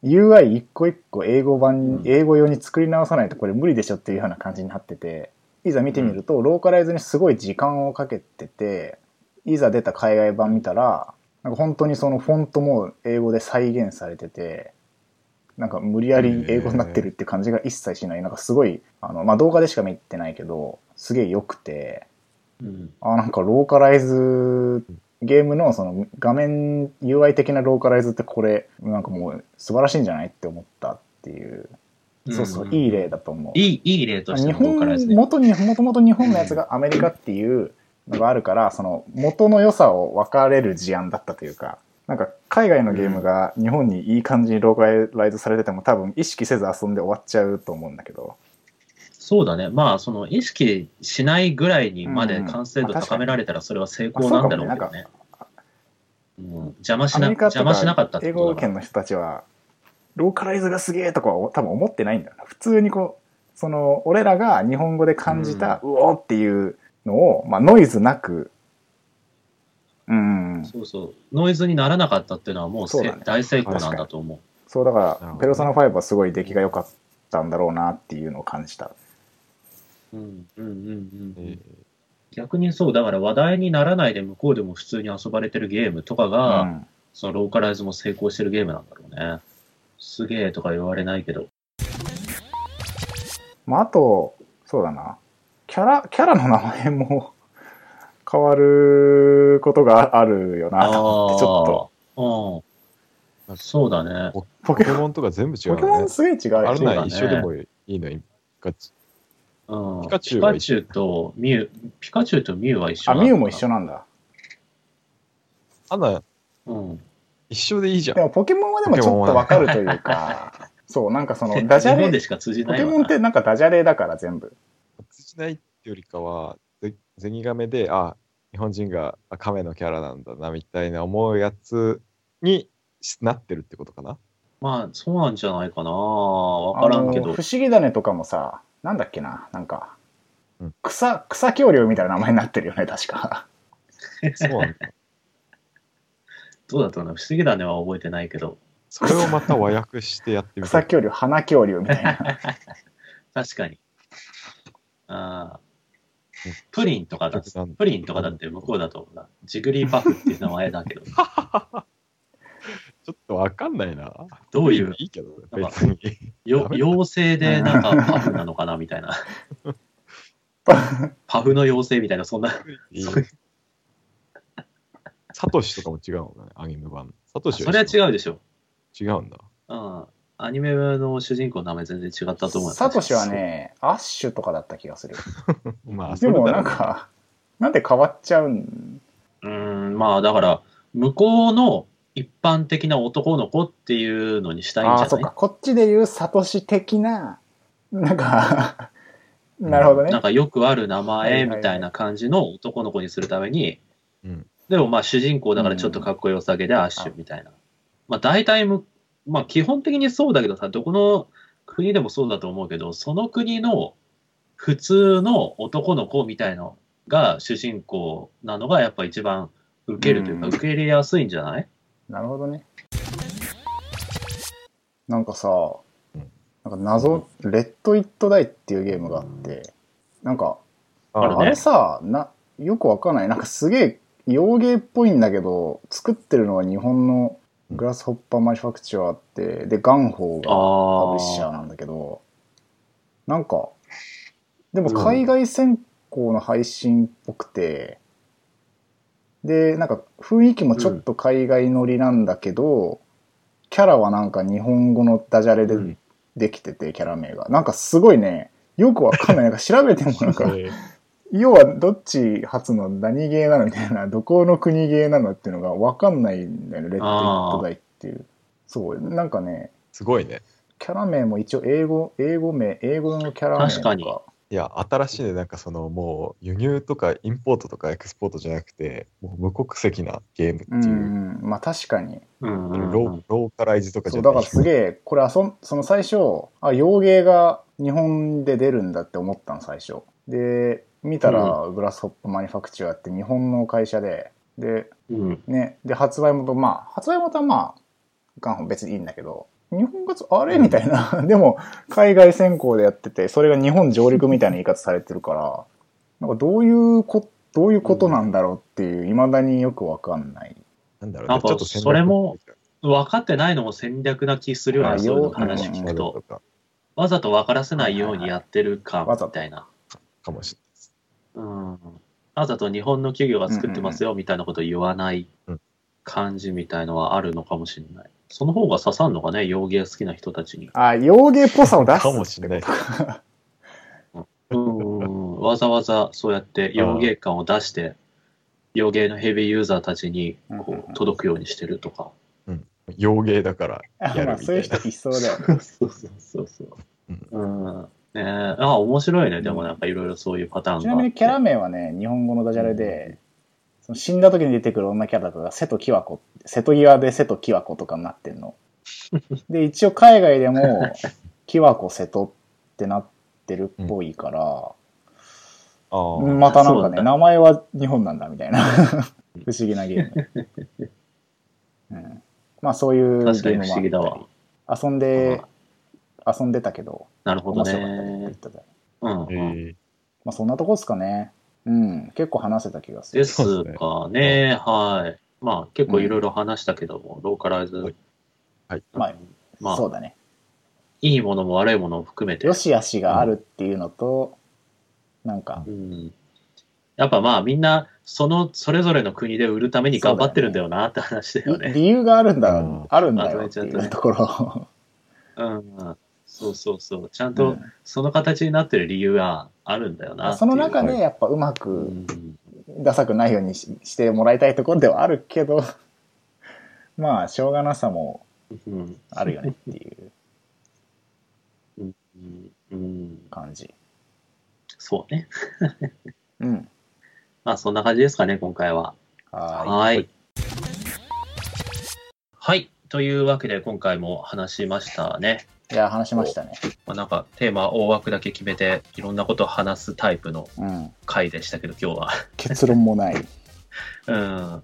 B: UI 一個一個英語版、
C: うん
B: 英語用に作り直さないとこれ無理でしょっていうような感じになってていざ見てみると、ローカライズにすごい時間をかけてていざ出た海外版見たらなんか本当にそのフォントも英語で再現されててなんか無理やり英語になってるって感じが一切しないなんかすごいあの、まあ、動画でしか見てないけどすげえ良くて
A: うん
B: あなんかローカライズゲームのその画面 UI 的なローカライズってこれなんかもう素晴らしいんじゃないって思ったっていうそうそう、いい例だと思う。
A: いい、いい例としての
B: 日
A: ロー
B: 本
A: カライズね。
B: 元にもともと日本のやつがアメリカっていうのがあるからその元の良さを分かれる事案だったというかなんか海外のゲームが日本にいい感じにローカライズされてても多分意識せず遊んで終わっちゃうと思うんだけど
A: そうだね。まあ、その意識しないぐらいにまで完成度高められたら、それは成功なんだろうけどね。うん邪魔し
B: ア
A: な
B: メリカと
A: 邪魔しなかった
B: か
A: って
B: 英
A: こと
B: 語
A: だか
B: 圏
A: ら。
B: の人たちはローカライズがすげえとかは多分思ってないんだよな普通にこうその俺らが日本語で感じた、うおーっていうのを、まあ、ノイズなくうん
A: そうそう。ノイズにならなかったっていうのはもうせ
B: そうだね
A: 大成功なんだと思う。
B: そうだか
C: なる
B: ら
C: ほ、ど
B: ペルソナ5はすごい出来が良かったんだろうなっていうのを感じた。
A: うんうんうんう
C: え
A: ん
C: ー
A: 逆にそう、だから話題にならないで向こうでも普通に遊ばれてるゲームとかが、
B: うん
A: そのローカライズも成功してるゲームなんだろうね。すげえとか言われないけど。
B: まあ、あと、そうだな。キャラ、キャラの名前も変わることがあるよなと思って、ちょっと。
A: と。うん。そうだね。
C: ポケモンとか全部違
B: ポ
C: う
B: ケモ
C: よ
B: ン
C: ね。
B: すげえ違う
C: あ
B: よ
C: る
A: そう
C: な
A: だ
C: ら
A: ね
C: 一緒でもいいのに。ガチ
A: うん
C: ピカチュウは一緒
A: ピカチュウとミュウ、ピカチュウとミュウは一緒
B: あ、
A: なの
B: ミュウも一緒なんだ。
C: アナ、
A: うん。
C: 一緒でいいじゃん
B: で。もポケモンはでもちょっとわかるという か、そう、なんかその、ダジャ
A: 日本で
B: レ、
A: しか通じ
B: ポ
A: な
B: ケ
A: いわな
B: モンってなんかダジャレだから全部。
C: 通じないってよりかは、ゼゼニガメで、あ、日本人があ亀のキャラなんだな、みたいな思うやつにしなってるってことかな。
A: まあ、そうなんじゃないかな。わからんけ
B: あの
A: ど
B: 不。思議種とかもさ、なんだっけな、なんか
C: うん、
B: 草、草恐竜みたいな名前になってるよね、確か。
C: そうなんだ。
A: どうだったかな不思議だねは覚えてないけど。
C: それをまた和訳してやってみた
B: 草
C: い。
B: 恐竜、花恐竜みたいな。
A: 確かに。ああ
C: うん。
A: プリンとかだ。
C: なん
A: プリンとかだって向こうだと、ジグリーパフっていう名前 だけど、
C: ちょっとわかんないな。
A: どういう
C: いいけど、
A: なんか
C: 別に。
A: よ妖精でなんかパフなのかなみたい な。パフの妖精みたいな、そんな。
C: いいサトシとかも違うのかね、アニメ版。サトシ
A: それは
C: う。
A: 違うでしょ。
C: 違うんだ。
A: うん。アニメの主人公の名前全然違ったと思うよ。
B: サトシはね、アッシュとかだった気がする。
C: まあ、そ
B: で
C: れだ
B: も
C: ろう
B: なんか、なんで変わっちゃうん
A: うーん、まあだから、向こうの一般的な男の子っていうのにしたいん
B: あ
A: じ
B: あー、そ
A: ゃ
B: っ
A: な
B: か。こっちで言うサトシ的な、なんか、なるほど
A: い
B: ね
A: なん。かよくある名前みた
B: はいいは
A: な感じの男の子にするために、
C: うん
A: でもまあ主人公だからちょっとかっこよさげでアッシュみたいな。まあ大体む、まあ基本的にそうだけどさ、どこの国でもそうだと思うけど、その国の普通の男の子みたいのが主人公なのがやっぱ一番受けるというか、
C: うん
A: 受け入れやすいんじゃない
B: なるほどね。なんかさ
C: うん、
B: なんか謎、レッド・イット・ダイっていうゲームがあって、なんか、
A: ある
B: あ
A: ね
B: れさ、な、よくわかんない。なんかすげえ、洋芸っぽいんだけど、作ってるのは日本のグラスホッパーマニュファクチュアーって、で、ガンホ
A: あ
B: ーがパ
A: あ
B: ブリッシャーなんだけど、なんか、でも海外先行の配信っぽくて、で、なんか雰囲気もちょっと海外乗りなんだけど、キャラはなんか日本語のダジャレで
C: うん
B: できてて、キャラ名が。なんかすごいね、よくわかんない。なんか調べてもなんか、
C: えー
B: 要はどっち発の何ゲーなのみたいな、どこの国ゲーなのっていうのがわかんないんだよね、レッド・イット・ダイっていう。そう、なんかね、
C: すごいね。
B: キャラ名も一応英語、英語名、英語のキャラ名
A: 確
B: とか。
A: かに
C: いや、新しいね、なんかそのもう輸入とかインポートとかエクスポートじゃなくて、もう無国籍なゲーム
B: う
C: っていう、
B: ん、まあ確かに。
A: うんうんう
C: ロ
A: ん
C: ーローカライズとか
B: そ
C: じゃ
B: う、だ
C: ない
B: からすげえ、これ遊ん、その最初、あ、洋芸が日本で出るんだって思ったの、最初。で、見たら、グラスホップマニファクチュアって日本の会社で、で、
A: うん
B: ね、で、発売元、まあ、発売元はまあ、ガンホ別にいいんだけど、日本がつ、あれみたいな。 でも、海外先行でやってて、それが日本上陸みたいな言い方されてるから、なんかどういうこ、どういうことなんだろうっていう、未だによくわかんない。
C: なんだろう
A: な
C: ね
A: ん、か
C: ちょっと戦略
A: それも分かってないのも戦略な気するよ
B: あ
A: ね、そういうの
B: よ
A: 話
B: うん
A: 聞くと。
C: とか
A: わざと分からせないようにやってるか、
B: はいはいはい
A: みたいな。
C: かもしれないです。
A: うん。わざと日本の企業が作ってますよ、みたいなこと言わない
C: うん
A: 感じみたいのはあるのかもしれない。その方が刺さんのがね、洋芸好きな人たちに。
B: あ、洋芸っぽさを出す。
C: かもしれない。
A: うんうんうんわざわざそうやって洋芸感を出して、洋芸のヘビーユーザーたちに
B: うんうん
A: こ
B: うん
A: う届くようにしてるとか。
C: 洋芸だからやるみた い
B: ま
C: な。
B: あ、そういう人いそうだよね。
A: そうそうそうそう。うん。ねえ、あ、面白いね。でもなんかいろいろそういうパターンがあって。
B: ちなみにキャラ名はね、日本語のダジャレで、その死んだ時に出てくる女キャラとかが瀬戸際子、瀬戸際で瀬戸際子とかになって んの。で、一応海外でも、際子瀬戸ってなってるっぽいから、
C: あー
B: またなん
A: そ
B: か
A: う
B: ね、
A: だ
B: 名前は日本なんだみたいな、 不思議なゲーム。 うん、まあそういうゲ
A: 確か
B: ー
A: に
B: ム
A: 不
B: もあ
A: 思議だわ
B: っ。たり遊んで、遊んでたけど、
A: なるほど
B: 面白かったね
A: ね。。うん、う
C: え
A: ん。
C: ー
B: まあそんなとこですかね。うん。結構話せた気がする。
A: ですかね。はい。まあ結構いろいろ話したけども、ローカライズ、
C: はいはい。
B: まあ、
A: ま
B: そ
A: あ
B: うだね。
A: いいものも悪いものも含めて
B: よ、し悪しがあるっていうのと、なんか
A: う、ん、やっぱまあみんなそのそれぞれの国で売るために頑張ってるんだよなって話だよ
B: い
A: ね。
B: 理由があるんだ、
C: うん
B: あるんだよっていうところ。
A: うんうん、そうそうそう。ちゃん
B: う
A: と
B: ん
A: その形になってる理由があるんだよなっていう。
B: その中で
C: は
B: やっぱうま
A: う
B: く
A: ん
B: ダサくないようにししてもらいたいところではあるけど、 まあ、しょうがなさも
A: うん
B: あるよねっていう
A: うんうん、
B: 感じ。
A: そうね。
B: うん。
A: まあそんな感じですかね、今回は。
B: は
A: はい。はい。というわけで、今回も話しましたね。
B: い。いや、話しましたね。
A: まあ、なんか、テーマ、大枠だけ決めて、いろんなことを話すタイプの
B: うん。
A: 回でしたけど、今日は。
B: 結論もない。
A: うん。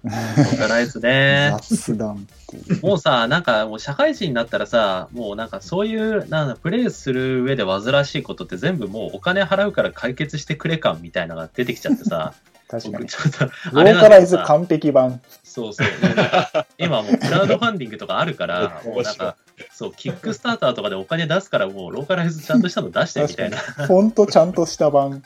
A: そうかないです ね。
B: 雑談っていう。
A: もうさ、なんか、もう社会人になったらさ、もうなんか、そういう、なんだプレイする上で煩わしいことって全部もうお金払うから解決してくれ感みたいなのが出てきちゃってさ、
B: 確か
A: 僕
B: に。
A: ちょっと、
B: ロ
A: あれ
B: ー
A: な
B: カ
A: んだ
B: ライ
A: けど
B: ズ
A: さ、
B: 完璧版。
A: そうそう。もうなんか今もうクラウドファンディングとかある から、もう
C: 面
A: なん
C: 白い
A: か、そう、キックスターターとかでお金出すから、もうローカライズちゃんとしたの出してみ
B: 確
A: たい
B: かに。
A: な、
B: フォントちゃんとした版。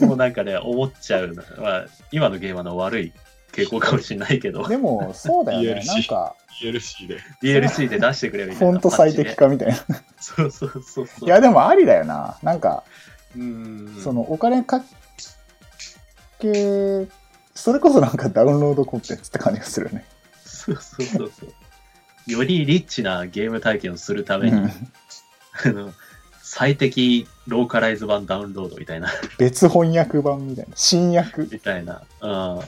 A: もうなんかね、思っちゃうのは、今のゲームの悪い傾向かもしれないけど、
B: でも、そうだよね。
C: DLC
B: なんか、
C: DLC で。
A: DLC で出してくれみた
B: フ
A: い
B: ォ
A: な。
B: ント最適。化みたいな。
A: そうそうそうそう。
B: いや、でもありだよな。なんか、
A: うーん。
B: そのお金かけ、それこそなんかダウンロードコンテンツって感じがするよね。
A: そうそうそうそう。よりリッチなゲーム体験をするために、
B: うん
A: あの最適ローカライズ版ダウンロードみたいな。
B: 別翻訳版みたいな。新訳。うん
A: みたいな。うん。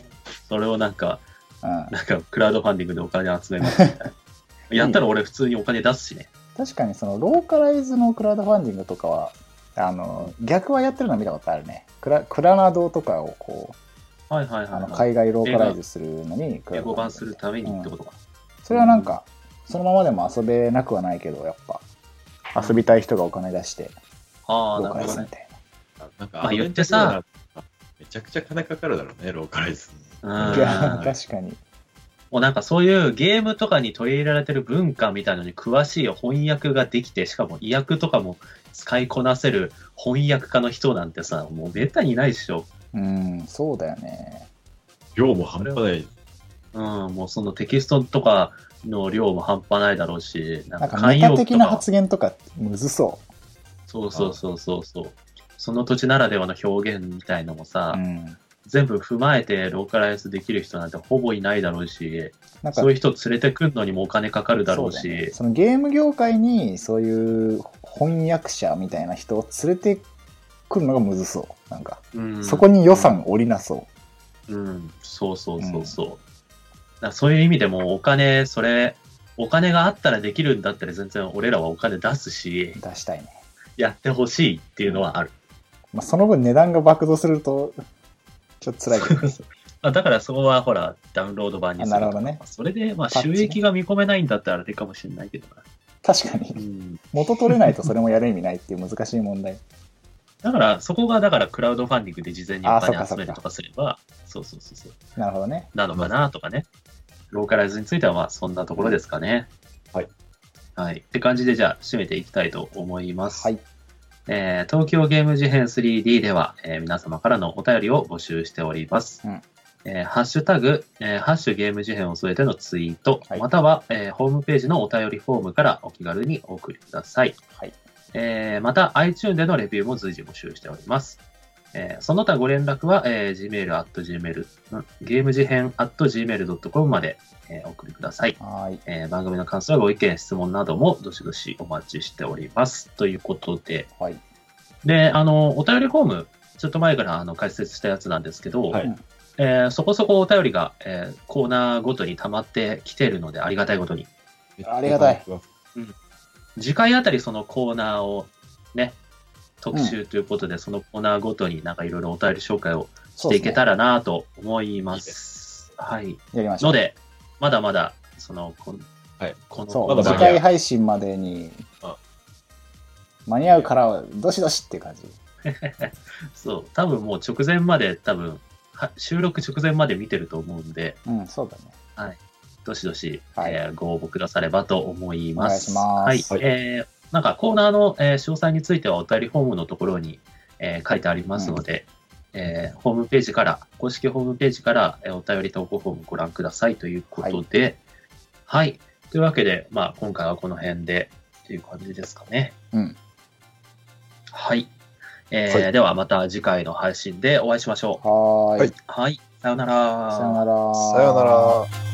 A: それをなんか、なんかクラウドファンディングでお金集めますみたいな。やったら俺普通にお金出すしね。
B: 確かにそのローカライズのクラウドファンディングとかはあの逆はやってるの見たことあるねクラクラナドとかをこう
A: はいはいはい、
B: あの
A: はい。
B: 海外ローカライズするのにク
A: 英
B: ラウド
A: 語
B: ファン
A: 版
B: デ
A: す
B: ィング
A: るためにってことか。
B: それはなんかそのままでも遊べなくはないけどやっぱ遊びたい人がお金出して
A: ああ、
B: ロ
A: な
B: ーカ
A: る
B: ライ
A: ほ
B: ズ
A: ど
B: み
A: ね。
B: たい
D: なんか
A: まあ言ってさ、
D: めちゃくちゃ金かかるだろうね、ローカライズに。
A: う
B: な、
A: ん
B: いや確かに
A: もうなんかそういうゲームとかに取り入れられてる文化みたいなのに詳しい翻訳ができて、しかも意訳とかも使いこなせる翻訳家の人なんてさ、もうめったにいないっしょ。
B: うんそうだよね
D: 量も半端ない。
A: うん、もうそのテキストとかの量も半端ないだろうし、な
B: なん
A: んか
B: か
A: 慣
B: メタ
A: 用句
B: 的
A: と
B: な
A: か、
B: 発言とかむずそ
A: そうそうそうそうそう。その土地ならではの表現みたいのもさ、
B: う、うん、
A: 全部踏まえてローカライズできる人なんてほぼいないだろうし、
B: なんか
A: そういう人連れてくるのにもお金かかるだろうし、
B: そだよねそのゲーム業界にそういう翻訳者みたいな人を連れてくるのがむずそうなんか、
A: うん
B: そこに予算降りなそ
A: うん、そうそうそうそう。だからそういう意味でもお金、それ、お金があったらできるんだったら全然俺らはお金出すし
B: う、出したいね、
A: やってほしいっていうのはある。
B: まあ、その分値段が爆増するとちょっと辛いけど
A: まあ、だからそこはほら、ダウンロード版にするとか
B: あなるほどね
A: それで、まあ、
B: パッ
A: 収
B: チね
A: 益が見込めないんだったらあれかもしれないけどな。
B: 確か
A: う
B: に
A: ん、
B: 元取れないとそれもやる意味ないっていう難しい問題
A: だから、そこが、だから、クラウドファンディングで事前にお
B: あそっ
A: 金
B: か
A: 集
B: そっか
A: めるとかすれば、そうそうそうそう、
B: なるほどね
A: なのかなとかね。ローカライズについては、まあ、そんなところですかね。
C: はい。
A: はい。って感じで、じゃあ、締めていきたいと思います。
B: はい
A: えー東京ゲーム事変 3D では、えー皆様からのお便りを募集しております。
B: うん
A: えーハッシュタグ、えーハッシュゲーム事変を添えてのツイート、
B: はい
A: または、えーホームページのお便りフォームからお気軽にお送りください。
B: はい
A: えーまた、iTune でのレビューも随時募集しております。えーその他ご連絡は、えー gmail at gmail、んゲーム事変 at gmail.com まで、えーお送りください。
B: はーい
A: えー番組の感想やご意見、質問などもどしどしお待ちしております。ということで、
B: はい
A: で、あの、お便りフォーム、ちょっと前からあの解説したやつなんですけど、
D: はい
A: えーそこそこお便りが、えーコーナーごとに溜まってきてるので、ありがたいことに。
B: ありがたい。
A: 次回あたりそのコーナーをね、特集ということで、そのコーナーごとになんかいろいろお便り紹介をし
B: そう
A: てい
B: です
A: け
B: ね
A: たらなと思いま。
D: いいです
A: はい。
B: やりましょ
A: の
B: う
A: で、まだまだ、その、こん
D: はい
A: この
B: そう、
D: まだ間
B: 次
D: に合う
B: 回配信までに
D: あ
B: 間に合うからはどしどしっていう感じ
A: そう、多分もう直前まで、多分は収録直前まで見てると思うんで、
B: うんそうだね
A: どしどし、
B: はい
A: えーご応募くださればと思います。
B: お願いします
A: はい。えーなんかコーナーの、えー詳細についてはお便りフォームのところに、えー書いてありますので、えーホームページから、公式ホームページから、えーお便り投稿フォームご覧くださいということで、はい。というわけで、まあ、今回はこの辺でという感じですかね。
B: うん
A: はい。えー
C: は
A: ではまた次回の配信でお会いしましょう。
B: はーい
C: はい
A: はい。さようなら。
B: さよなら。
C: さようなら。